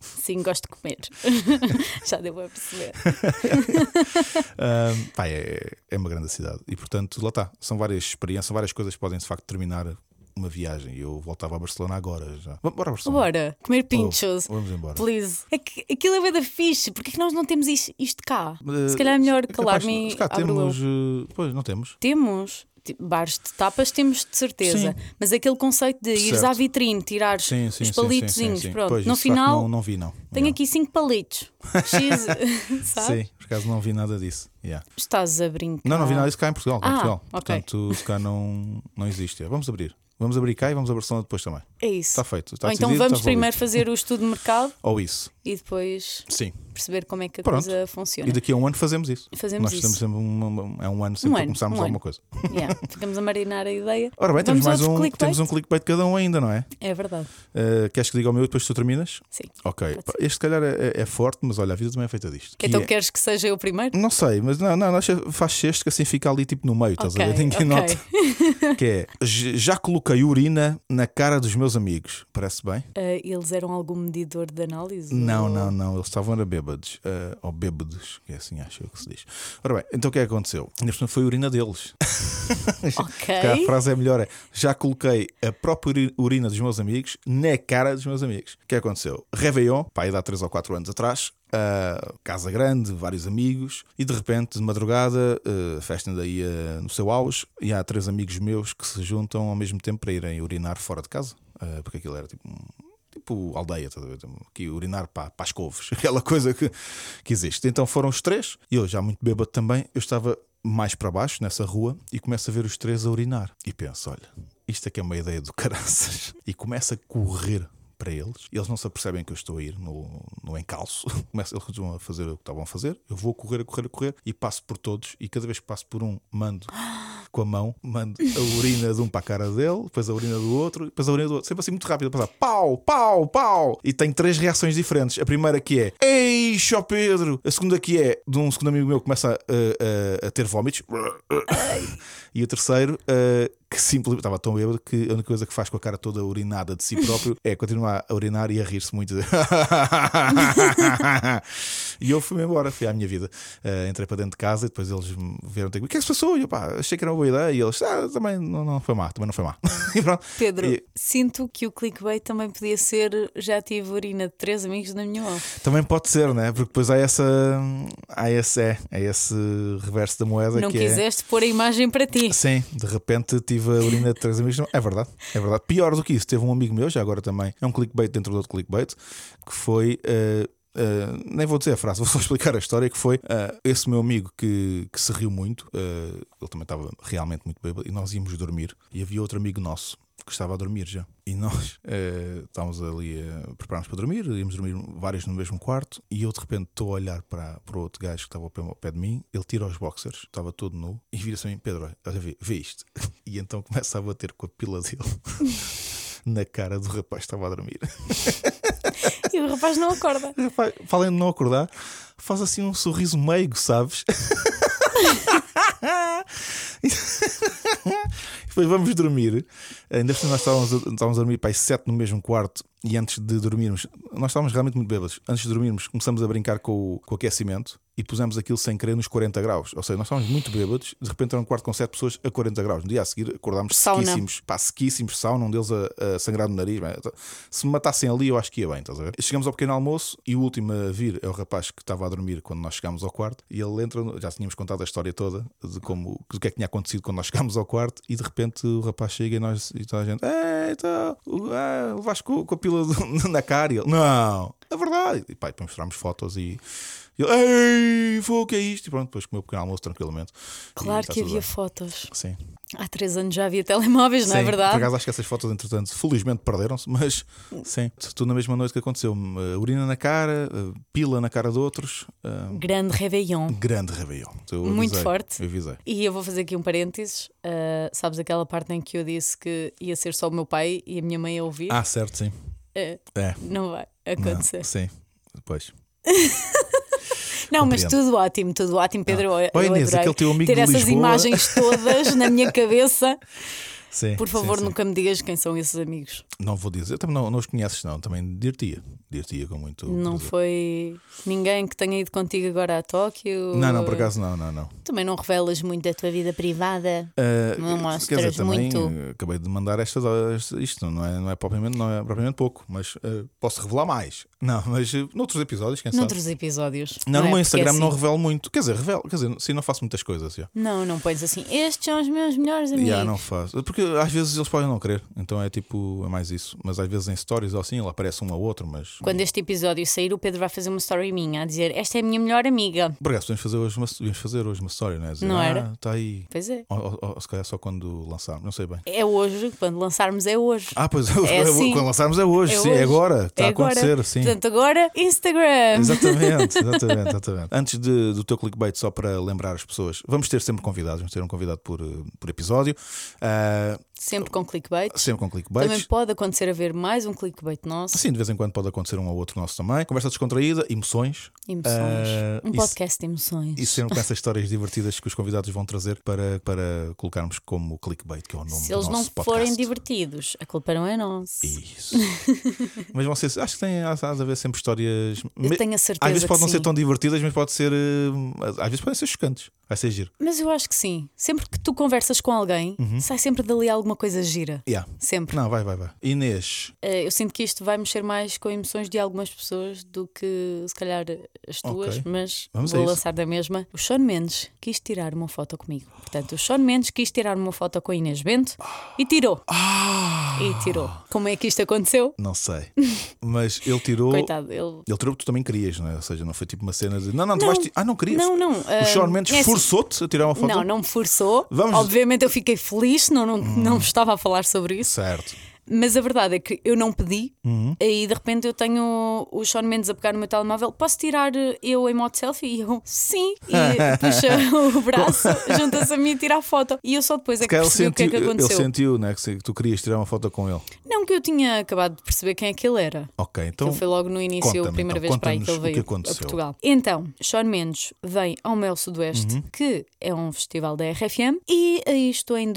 [SPEAKER 1] Sim, gosto de comer. <laughs> Já deu a perceber.
[SPEAKER 3] <laughs> Ahm, pá, é, é uma grande cidade. E portanto, lá está. São várias experiências, são várias coisas que podem de facto terminar uma viagem. E eu voltava a Barcelona agora já. Vamos- Bora a Barcelona. Oh,
[SPEAKER 1] Bora, comer pinchos.
[SPEAKER 3] Vamos embora.
[SPEAKER 1] Please. É que aquilo é bué da fixe. Porquê que nós não temos is- isto, cá?
[SPEAKER 3] Eh,
[SPEAKER 1] Se calhar é melhor
[SPEAKER 3] é capaz-
[SPEAKER 1] calar-me
[SPEAKER 3] se
[SPEAKER 1] e
[SPEAKER 3] calhar
[SPEAKER 1] abro eu.
[SPEAKER 3] temos. eh, Pois, não temos.
[SPEAKER 1] Temos. Ti- Bares de tapas temos de certeza. Mas aquele conceito de ires
[SPEAKER 3] Certo.
[SPEAKER 1] à vitrine, tirar
[SPEAKER 3] Sim, sim,
[SPEAKER 1] os
[SPEAKER 3] sim,
[SPEAKER 1] palitozinhos,
[SPEAKER 3] sim, sim, sim.
[SPEAKER 1] pronto.
[SPEAKER 3] Pois,
[SPEAKER 1] no
[SPEAKER 3] isso, de facto,
[SPEAKER 1] final,
[SPEAKER 3] Não, não vi, não.
[SPEAKER 1] tenho
[SPEAKER 3] Yeah.
[SPEAKER 1] aqui
[SPEAKER 3] <laughs>
[SPEAKER 1] cinco palitos. X, <laughs> sabe?
[SPEAKER 3] Sim, por acaso não vi nada disso. Yeah.
[SPEAKER 1] Estás a brincar.
[SPEAKER 3] Não, não vi nada disso cá em Portugal. cá em
[SPEAKER 1] Ah,
[SPEAKER 3] Portugal.
[SPEAKER 1] ok.
[SPEAKER 3] Portanto, se cá não, não existe. Vamos abrir. Vamos abrir cá e vamos a Barcelona depois também.
[SPEAKER 1] É isso.
[SPEAKER 3] Está Tá feito. Está
[SPEAKER 1] Ou
[SPEAKER 3] decidido,
[SPEAKER 1] então vamos
[SPEAKER 3] está resolvido.
[SPEAKER 1] primeiro fazer o estudo de mercado
[SPEAKER 3] Ou isso.
[SPEAKER 1] e depois
[SPEAKER 3] Sim.
[SPEAKER 1] perceber como é que a
[SPEAKER 3] Pronto.
[SPEAKER 1] coisa funciona.
[SPEAKER 3] E daqui a um ano fazemos isso.
[SPEAKER 1] Fazemos
[SPEAKER 3] Nós
[SPEAKER 1] isso.
[SPEAKER 3] fazemos sempre uma- uma- é um ano sempre
[SPEAKER 1] Um
[SPEAKER 3] para
[SPEAKER 1] ano,
[SPEAKER 3] começarmos
[SPEAKER 1] um ano.
[SPEAKER 3] alguma coisa.
[SPEAKER 1] Yeah, Ficamos a marinar a ideia.
[SPEAKER 3] Ora bem, temos
[SPEAKER 1] Vamos
[SPEAKER 3] mais
[SPEAKER 1] ao
[SPEAKER 3] um,
[SPEAKER 1] clickbait?
[SPEAKER 3] temos um clickbait cada um ainda, não é?
[SPEAKER 1] É verdade.
[SPEAKER 3] Eh, queres que diga o meu e depois tu terminas?
[SPEAKER 1] Sim.
[SPEAKER 3] Ok.
[SPEAKER 1] Pode
[SPEAKER 3] Pá, Este se calhar é, é forte, mas olha, a vida também é feita disto.
[SPEAKER 1] Que
[SPEAKER 3] Que
[SPEAKER 1] então
[SPEAKER 3] é-
[SPEAKER 1] queres que seja eu primeiro?
[SPEAKER 3] Não sei, mas não, não, acho que faz este que assim fica ali tipo no meio, estás a ver?
[SPEAKER 1] Ok,
[SPEAKER 3] Ninguém
[SPEAKER 1] ok. <laughs>
[SPEAKER 3] nota. Que é, "J- já coloquei urina na cara dos meus amigos. Parece bem?
[SPEAKER 1] Ah, eles eram algum medidor de análise?
[SPEAKER 3] Não,
[SPEAKER 1] Ou-
[SPEAKER 3] não, não, eles estavam era bêbados. eh, ou bêbados, que é assim acho eu que se diz. Ora bem, então o que é que aconteceu? Ainda por cima Foi a urina deles. Cá a
[SPEAKER 1] Ok.
[SPEAKER 3] frase é melhor. é, Já coloquei a própria uri- urina dos meus amigos na cara dos meus amigos. O que aconteceu? Réveillon, pai de há 3 ou 4 anos atrás, ah, casa grande, vários amigos, e de repente, de madrugada, ah, a festa ainda ia no seu auge, e há três amigos meus que se juntam ao mesmo tempo para irem urinar fora de casa, ah, porque aquilo era tipo um tipo aldeia, estás a ver? Que urinar para, para as couves, <laughs> aquela coisa que, que existe. Então foram os três, e eu já muito bêbado também, eu estava mais para baixo nessa rua e começo a ver os três a urinar. E penso, olha, isto é que é uma ideia do <laughs> caraças. E começo a correr para eles, e eles não se apercebem que eu estou a ir no, no encalço. <laughs> Começo, eles vão a fazer o que estavam a fazer, eu vou a correr, a correr, a correr, e passo por todos, e cada vez que passo por um, mando com a mão, mando a urina de um para a cara dele, depois a urina do outro, depois a urina do outro, sempre assim muito rápido, a passar pau, pau, pau. E tenho três reações diferentes. A primeira que é Ei, ó Pedro! A segunda que é de um segundo amigo meu que começa a, a- a- a ter vómitos. E o terceiro, ah, que simplesmente estava tão bêbado que a única coisa que faz com a cara toda urinada de si próprio é continuar a urinar e a rir-se muito. e eu fui-me embora, fui à minha vida. Eh, entrei para dentro de casa e depois eles me vieram ter comigo. O que é que se passou? E eu, pá, achei que era uma boa ideia. E eles, ah, também não, não foi má, também não foi má. <laughs> e pronto.
[SPEAKER 1] Pedro,
[SPEAKER 3] E-
[SPEAKER 1] sinto que o clickbait também podia ser já tive urina de três amigos na minha mão.
[SPEAKER 3] Também pode ser, né? Porque depois há essa. Há esse, é, há esse reverso da moeda
[SPEAKER 1] Não
[SPEAKER 3] que é.
[SPEAKER 1] quiseste pôr a imagem
[SPEAKER 3] <laughs>
[SPEAKER 1] para ti.
[SPEAKER 3] Sim, de repente tive a urina de três amigos. Não, É verdade, é verdade. Pior do que isso, teve um amigo meu, já agora também, é um clickbait dentro do outro clickbait, que foi. eh, eh, nem vou dizer a frase, <laughs> vou só explicar a história que foi eh, esse meu amigo que, que se riu muito, eh, ele também estava realmente muito bêbado, e nós íamos dormir, e havia outro amigo nosso que estava a dormir já. E nós <laughs> eh, estávamos ali a preparar-nos para dormir, íamos dormir vários no mesmo quarto, e eu de repente estou a olhar para, para o outro gajo que estava ao pé, ao pé de mim, ele tira os boxers, estava todo nu, e vira-se a mim, Pedro, olha, olha, vê, vê isto. <laughs> E então começa a bater com a pila dele <laughs> na cara do rapaz que estava a dormir.
[SPEAKER 1] E o rapaz não acorda.
[SPEAKER 3] Rapaz, Falem de não acordar, faz assim um sorriso meigo, sabes? <laughs> E Depois vamos dormir. Ainda assim, nós estávamos, a- estávamos a dormir para as 7 no mesmo quarto. E antes de dormirmos, nós estávamos realmente muito bêbados. Antes de dormirmos, começamos a brincar com o, com o aquecimento e pusemos aquilo sem querer nos 40 graus. Ou seja, nós estávamos muito bêbados. De repente, era um quarto com 7 pessoas a 40 graus. No dia a seguir, acordámos
[SPEAKER 1] Sauna.
[SPEAKER 3] sequíssimos, pá, sequíssimos, sauna, um deles a, a sangrar no nariz. mas, Se me matassem ali, eu acho que ia bem. Estás a ver? Chegamos ao pequeno almoço e o último a vir é o rapaz que estava a dormir quando nós chegámos ao quarto. E ele entra, no- já tínhamos contado a história toda de como, do que é que tinha acontecido quando nós chegámos ao quarto. E de repente o rapaz chega e nós e toda a gente, "Ei, então, o- ah, levaste com, com a pila do- <laughs> na cara. E ele, não, é verdade. E pá, e depois mostrarmos fotos e. e ele, Ei, foi o que é isto? E pronto, depois comeu o pequeno almoço tranquilamente. E
[SPEAKER 1] Claro
[SPEAKER 3] está
[SPEAKER 1] que
[SPEAKER 3] tudo
[SPEAKER 1] havia
[SPEAKER 3] bem.
[SPEAKER 1] fotos.
[SPEAKER 3] Sim.
[SPEAKER 1] Há três anos já havia telemóveis, não é
[SPEAKER 3] Sim, Por
[SPEAKER 1] verdade?
[SPEAKER 3] acaso acho que essas fotos, entretanto, felizmente perderam-se, mas sim, tudo na mesma noite que aconteceu. Uh, Urina na cara, uh, pila na cara de outros. uh,
[SPEAKER 1] Grande Réveillon.
[SPEAKER 3] Grande Réveillon. Eu
[SPEAKER 1] Muito
[SPEAKER 3] avisei,
[SPEAKER 1] forte.
[SPEAKER 3] Eu avisei.
[SPEAKER 1] E eu vou fazer aqui um parênteses. Ah, sabes aquela parte em que eu disse que ia ser só o meu pai e a minha mãe a ouvir?
[SPEAKER 3] Ah, certo, sim.
[SPEAKER 1] É.
[SPEAKER 3] É.
[SPEAKER 1] Não vai
[SPEAKER 3] Não,
[SPEAKER 1] acontecer.
[SPEAKER 3] sim. Depois.
[SPEAKER 1] Não, mas
[SPEAKER 3] compreendo.
[SPEAKER 1] tudo ótimo, tudo ótimo, Pedro. Eu,
[SPEAKER 3] Oh,
[SPEAKER 1] eu
[SPEAKER 3] Inês,
[SPEAKER 1] adorei
[SPEAKER 3] aquele teu amigo
[SPEAKER 1] ter
[SPEAKER 3] de
[SPEAKER 1] essas
[SPEAKER 3] Lisboa.
[SPEAKER 1] imagens todas na
[SPEAKER 3] <laughs>
[SPEAKER 1] minha cabeça.
[SPEAKER 3] Sim,
[SPEAKER 1] Por
[SPEAKER 3] sim,
[SPEAKER 1] favor,
[SPEAKER 3] sim.
[SPEAKER 1] nunca me digas quem são esses amigos.
[SPEAKER 3] Não vou dizer. Também não, não os conheces, não. Também dir-te-ia. Dir-te-ia com muito.
[SPEAKER 1] Não
[SPEAKER 3] prazer.
[SPEAKER 1] foi ninguém que tenha ido contigo agora a Tóquio.
[SPEAKER 3] Não, não, por acaso não, não, não.
[SPEAKER 1] Também não revelas muito da tua vida privada.
[SPEAKER 3] Uh,
[SPEAKER 1] Não mostras
[SPEAKER 3] quer dizer, também
[SPEAKER 1] muito.
[SPEAKER 3] uh, acabei de mandar estas, ah, estas- isto, não é, não, é propriamente, não é propriamente pouco, mas uh, posso revelar mais. <laughs> Não, mas uh, noutros episódios, quem sabe?
[SPEAKER 1] Noutros episódios.
[SPEAKER 3] Não, no
[SPEAKER 1] é?
[SPEAKER 3] meu
[SPEAKER 1] Porque é
[SPEAKER 3] Instagram não
[SPEAKER 1] assim.
[SPEAKER 3] revelo muito. Quer dizer, revelo, quer dizer, sim, não faço muitas coisas. Já,
[SPEAKER 1] Não, não pões assim. Estes são os meus melhores amigos.
[SPEAKER 3] Já, não faço. Porque às vezes eles podem não querer. Então é tipo, é mais isso. Mas às vezes em stories ou assim, ele aparece um ou outro, mas.
[SPEAKER 1] Quando este episódio sair, o Pedro vai fazer uma story minha a dizer: Esta é a minha melhor amiga.
[SPEAKER 3] Por acaso, podemos fazer hoje uma, podemos fazer hoje uma story, não é? Dizer,
[SPEAKER 1] Não
[SPEAKER 3] ah,
[SPEAKER 1] era?
[SPEAKER 3] Está aí.
[SPEAKER 1] Pois é.
[SPEAKER 3] Ou, ou- ou se calhar só quando lançarmos, não sei bem.
[SPEAKER 1] É hoje, quando lançarmos, é hoje.
[SPEAKER 3] Ah, pois <laughs>
[SPEAKER 1] É assim.
[SPEAKER 3] quando lançarmos é hoje,
[SPEAKER 1] É
[SPEAKER 3] sim,
[SPEAKER 1] hoje.
[SPEAKER 3] é agora. Está
[SPEAKER 1] É
[SPEAKER 3] a
[SPEAKER 1] agora.
[SPEAKER 3] acontecer, sim.
[SPEAKER 1] Portanto, agora Instagram. <laughs>
[SPEAKER 3] Exatamente, exatamente, exatamente. Antes de- do teu clickbait, só para lembrar as pessoas, vamos ter sempre convidados, vamos ter um convidado por, eh, por episódio, ah,
[SPEAKER 1] Sempre com clickbait.
[SPEAKER 3] sempre com
[SPEAKER 1] Também
[SPEAKER 3] clickbaits.
[SPEAKER 1] pode acontecer haver mais um clickbait nosso.
[SPEAKER 3] Sim, de vez em quando pode acontecer um ou outro nosso também. Conversa descontraída, emoções.
[SPEAKER 1] Emoções.
[SPEAKER 3] Ah, isso- é
[SPEAKER 1] um
[SPEAKER 3] um
[SPEAKER 1] podcast de emoções.
[SPEAKER 3] E sempre com essas histórias divertidas que os convidados vão trazer para, para colocarmos como clickbait, que é o nome
[SPEAKER 1] Se
[SPEAKER 3] do
[SPEAKER 1] eles
[SPEAKER 3] nosso
[SPEAKER 1] não
[SPEAKER 3] podcast.
[SPEAKER 1] forem divertidos, a culpa não é nossa. <laughs>
[SPEAKER 3] Isso. mas vão ser, acho que tem, há, há de haver sempre histórias. me-
[SPEAKER 1] Eu tenho a certeza
[SPEAKER 3] às vezes
[SPEAKER 1] que
[SPEAKER 3] podem não
[SPEAKER 1] sim.
[SPEAKER 3] ser tão divertidas, mas pode ser. eh, Às vezes podem ser chocantes. Vai ser giro.
[SPEAKER 1] Mas eu acho que sim. Sempre que tu conversas com alguém,
[SPEAKER 3] Uhum.
[SPEAKER 1] sai sempre dali alguma coisa gira.
[SPEAKER 3] Yeah.
[SPEAKER 1] Sempre.
[SPEAKER 3] Não, vai, vai, vai. Inês,
[SPEAKER 1] Eh, Eu sinto que isto vai mexer mais com emoções de algumas pessoas do que se calhar as tuas,
[SPEAKER 3] Ok.
[SPEAKER 1] mas
[SPEAKER 3] Vamos a
[SPEAKER 1] vou
[SPEAKER 3] isso.
[SPEAKER 1] lançar da mesma. O Sean Mendes quis tirar uma foto comigo. Portanto, o Sean Mendes quis tirar uma foto com a Inês Bento e tirou.
[SPEAKER 3] Ah!
[SPEAKER 1] E tirou. Como é que isto aconteceu?
[SPEAKER 3] não
[SPEAKER 1] <laughs>
[SPEAKER 3] sei. Mas ele tirou.
[SPEAKER 1] Coitado, ele.
[SPEAKER 3] Ele tirou porque tu também querias, não é? Ou seja, não foi tipo uma cena de. Não, não, tu vais. ti- Ah, não querias.
[SPEAKER 1] Não, não,
[SPEAKER 3] O Sean
[SPEAKER 1] hum,
[SPEAKER 3] Mendes
[SPEAKER 1] é assim.
[SPEAKER 3] forçou-te a tirar uma foto.
[SPEAKER 1] Não, não me forçou.
[SPEAKER 3] Vamos- Hum.
[SPEAKER 1] Obviamente eu fiquei feliz, não, não, não estava a falar sobre isso.
[SPEAKER 3] Certo.
[SPEAKER 1] Mas a verdade é que eu não pedi
[SPEAKER 3] Uhum.
[SPEAKER 1] e de repente eu tenho o Sean Mendes a pegar no meu telemóvel. Posso tirar eh, eu em modo selfie? E eu, sim.
[SPEAKER 3] <laughs>
[SPEAKER 1] E puxa o braço, junta-se a mim e tira a foto. E eu só depois é que
[SPEAKER 3] ele
[SPEAKER 1] percebi o que é
[SPEAKER 3] sentiu,
[SPEAKER 1] que
[SPEAKER 3] ele
[SPEAKER 1] aconteceu.
[SPEAKER 3] sentiu né, que se- que tu querias tirar uma foto com ele.
[SPEAKER 1] Não que eu tinha acabado de perceber quem é que ele era.
[SPEAKER 3] Ok,
[SPEAKER 1] Então,
[SPEAKER 3] então.
[SPEAKER 1] foi logo no início, a
[SPEAKER 3] conta-me,
[SPEAKER 1] primeira
[SPEAKER 3] então,
[SPEAKER 1] vez para aí que ele
[SPEAKER 3] conta-nos o que
[SPEAKER 1] veio a
[SPEAKER 3] aconteceu.
[SPEAKER 1] Portugal. Então, Sean Mendes vem ao Mel
[SPEAKER 3] Uhum.
[SPEAKER 1] Sudoeste, que é um festival da RFM, e a isto em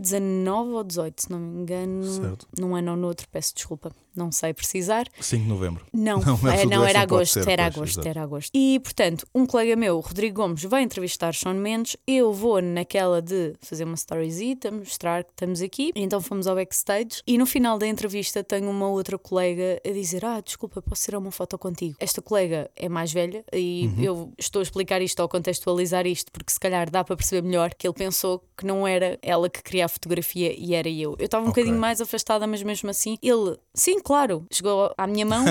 [SPEAKER 1] 2019 ou 18, se não me engano,
[SPEAKER 3] Certo.
[SPEAKER 1] num ano ou no outro, peço desculpa, não sei precisar.
[SPEAKER 3] 5 de novembro.
[SPEAKER 1] Não,
[SPEAKER 3] Não, Mel
[SPEAKER 1] eh,
[SPEAKER 3] Sudoeste
[SPEAKER 1] não, era
[SPEAKER 3] não pode
[SPEAKER 1] agosto,
[SPEAKER 3] ser,
[SPEAKER 1] era
[SPEAKER 3] pois,
[SPEAKER 1] agosto,
[SPEAKER 3] exato.
[SPEAKER 1] era agosto. E portanto, um colega meu, Rodrigo Gomes, vai entrevistar Sean Mendes. Eu vou naquela de fazer uma storyzita, mostrar que estamos aqui. Então fomos ao backstage e no final da entrevista tenho uma outra colega a dizer: Ah, desculpa, posso tirar uma foto contigo? Esta colega é mais velha e
[SPEAKER 3] Uhum.
[SPEAKER 1] eu estou a explicar isto ou a contextualizar isto porque se calhar dá para perceber melhor que ele pensou que não era ela que queria a fotografia e era eu. Eu estava um
[SPEAKER 3] Ok.
[SPEAKER 1] bocadinho mais afastada, mas mesmo assim ele, sim, claro, chegou à
[SPEAKER 3] <laughs>
[SPEAKER 1] minha mão.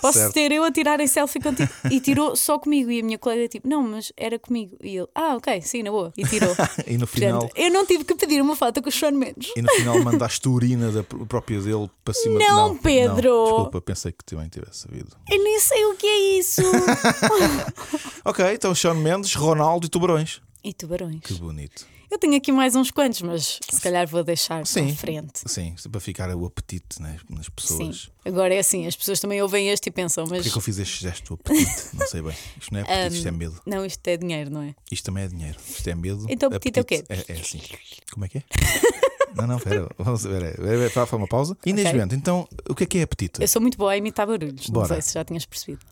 [SPEAKER 1] Posso
[SPEAKER 3] Certo.
[SPEAKER 1] ter eu a tirar em selfie contigo? E tirou só comigo. E a minha colega, tipo, não, mas era comigo. E ele, ah, ok, sim, na boa. E
[SPEAKER 3] <laughs>
[SPEAKER 1] tirou.
[SPEAKER 3] E no final.
[SPEAKER 1] Portanto, eu não tive que pedir uma foto com o Sean Mendes.
[SPEAKER 3] E no final mandaste a urina da pr- própria dele para cima
[SPEAKER 1] Não, Pedro!
[SPEAKER 3] desculpa, pensei que também tivesse sabido.
[SPEAKER 1] Eu nem sei o que é
[SPEAKER 3] <laughs>
[SPEAKER 1] isso.
[SPEAKER 3] Ok, então Sean Mendes, Ronaldo e Tubarões.
[SPEAKER 1] e tubarões.
[SPEAKER 3] Que bonito.
[SPEAKER 1] Eu tenho aqui mais uns quantos, mas se calhar vou deixar
[SPEAKER 3] Sim.
[SPEAKER 1] à frente.
[SPEAKER 3] Sim, para ficar o apetite nas, nas
[SPEAKER 1] Sim.
[SPEAKER 3] pessoas.
[SPEAKER 1] Agora é assim, as pessoas também ouvem este e pensam, mas.
[SPEAKER 3] Porquê que eu fiz este gesto? O apetite? Não sei bem. Isto não é apetite, isto é medo.
[SPEAKER 1] Não, isto é dinheiro, não é?
[SPEAKER 3] Isto também é dinheiro. Isto é medo.
[SPEAKER 1] Então, apetite é o quê?
[SPEAKER 3] É, é assim. Como é que é? não, não, espera. Vamos ver. é, é, é, Para para uma pausa. Inês
[SPEAKER 1] Ok.
[SPEAKER 3] Bento, então, o que é que é apetite?
[SPEAKER 1] Eu sou muito boa a imitar barulhos. Não
[SPEAKER 3] Bora.
[SPEAKER 1] sei se já tinhas percebido.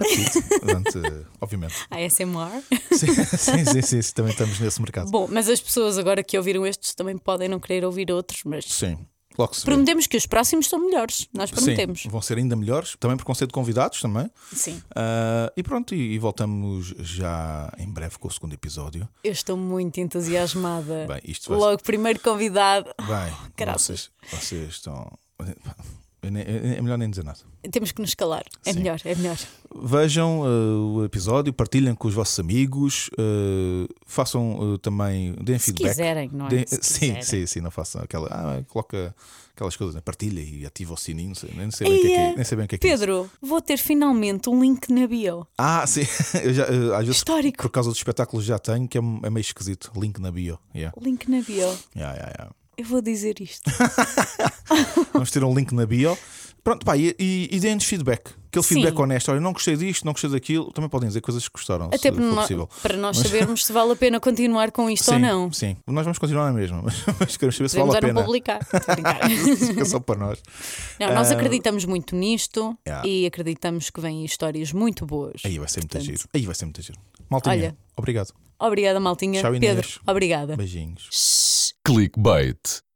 [SPEAKER 3] Apetite. Portanto,
[SPEAKER 1] <laughs>
[SPEAKER 3] eh, obviamente.
[SPEAKER 1] ASMR.
[SPEAKER 3] Sim, sim, sim, sim, sim, Também estamos nesse mercado.
[SPEAKER 1] <laughs> Bom, mas as pessoas agora que ouviram estes também podem não querer ouvir outros, mas
[SPEAKER 3] Sim. Logo se vê.
[SPEAKER 1] Prometemos que os próximos são melhores. Nós prometemos.
[SPEAKER 3] Sim, vão ser ainda melhores, também por conceito de convidados também.
[SPEAKER 1] Sim.
[SPEAKER 3] Ah, e pronto, e, e voltamos já em breve com o segundo episódio.
[SPEAKER 1] Eu estou muito entusiasmada.
[SPEAKER 3] Bem, isto vai-
[SPEAKER 1] É. Logo, primeiro convidado.
[SPEAKER 3] Bem,
[SPEAKER 1] Oh, Graças.
[SPEAKER 3] vocês, vocês estão. Eu nem- eu- É melhor nem dizer nada.
[SPEAKER 1] Temos que nos calar. É
[SPEAKER 3] Sim.
[SPEAKER 1] melhor, é melhor.
[SPEAKER 3] Vejam ah, o episódio, partilhem com os vossos amigos, ah, façam ah, também, deem
[SPEAKER 1] Se
[SPEAKER 3] feedback.
[SPEAKER 1] quiserem, não é?
[SPEAKER 3] Deem-
[SPEAKER 1] Se
[SPEAKER 3] sim,
[SPEAKER 1] quiserem.
[SPEAKER 3] sim, sim, não façam aquela. Ah, coloca aquelas coisas, né? partilha e ativa o sininho, não sei, nem sei bem o que é que é.
[SPEAKER 1] Eia,
[SPEAKER 3] Nem sei bem o que é que é isso.
[SPEAKER 1] Pedro, vou ter finalmente um link na bio.
[SPEAKER 3] Ah, sim, <laughs> eu já, eh, às vezes
[SPEAKER 1] Histórico.
[SPEAKER 3] por causa dos espetáculos já tenho, que é, é meio esquisito. Link na bio. Yeah.
[SPEAKER 1] Link na bio.
[SPEAKER 3] Yeah, yeah, yeah.
[SPEAKER 1] Eu vou dizer isto.
[SPEAKER 3] <laughs> Vamos ter um link na bio. Pronto, pá, e, e, e deem-nos feedback. Aquele
[SPEAKER 1] Sim.
[SPEAKER 3] feedback honesto. Olha, não gostei disto, não gostei daquilo. Também podem dizer coisas que gostaram, se
[SPEAKER 1] Até
[SPEAKER 3] for
[SPEAKER 1] para, nó-
[SPEAKER 3] possível.
[SPEAKER 1] para nós sabermos se vale a pena continuar com isto
[SPEAKER 3] sim,
[SPEAKER 1] ou não.
[SPEAKER 3] Sim, nós vamos continuar na mesma, <laughs> mas, mas queremos saber se
[SPEAKER 1] Podemos um
[SPEAKER 3] vale a
[SPEAKER 1] já não
[SPEAKER 3] pena. <laughs>
[SPEAKER 1] publicar. Estou a brincar. <laughs>
[SPEAKER 3] Fica só para nós.
[SPEAKER 1] Não,
[SPEAKER 3] Ah.
[SPEAKER 1] nós acreditamos muito nisto
[SPEAKER 3] Yeah.
[SPEAKER 1] e acreditamos que vêm histórias muito boas.
[SPEAKER 3] Ah. Aí vai ser muito
[SPEAKER 1] Portanto,
[SPEAKER 3] giro. Aí vai ser muito giro. Maltinha,
[SPEAKER 1] Olha. Tá.
[SPEAKER 3] obrigado.
[SPEAKER 1] Obrigada, Maltinha.
[SPEAKER 3] Tchau, Inês.
[SPEAKER 1] Pedro, obrigada.
[SPEAKER 3] Beijinhos.
[SPEAKER 2] Clickbait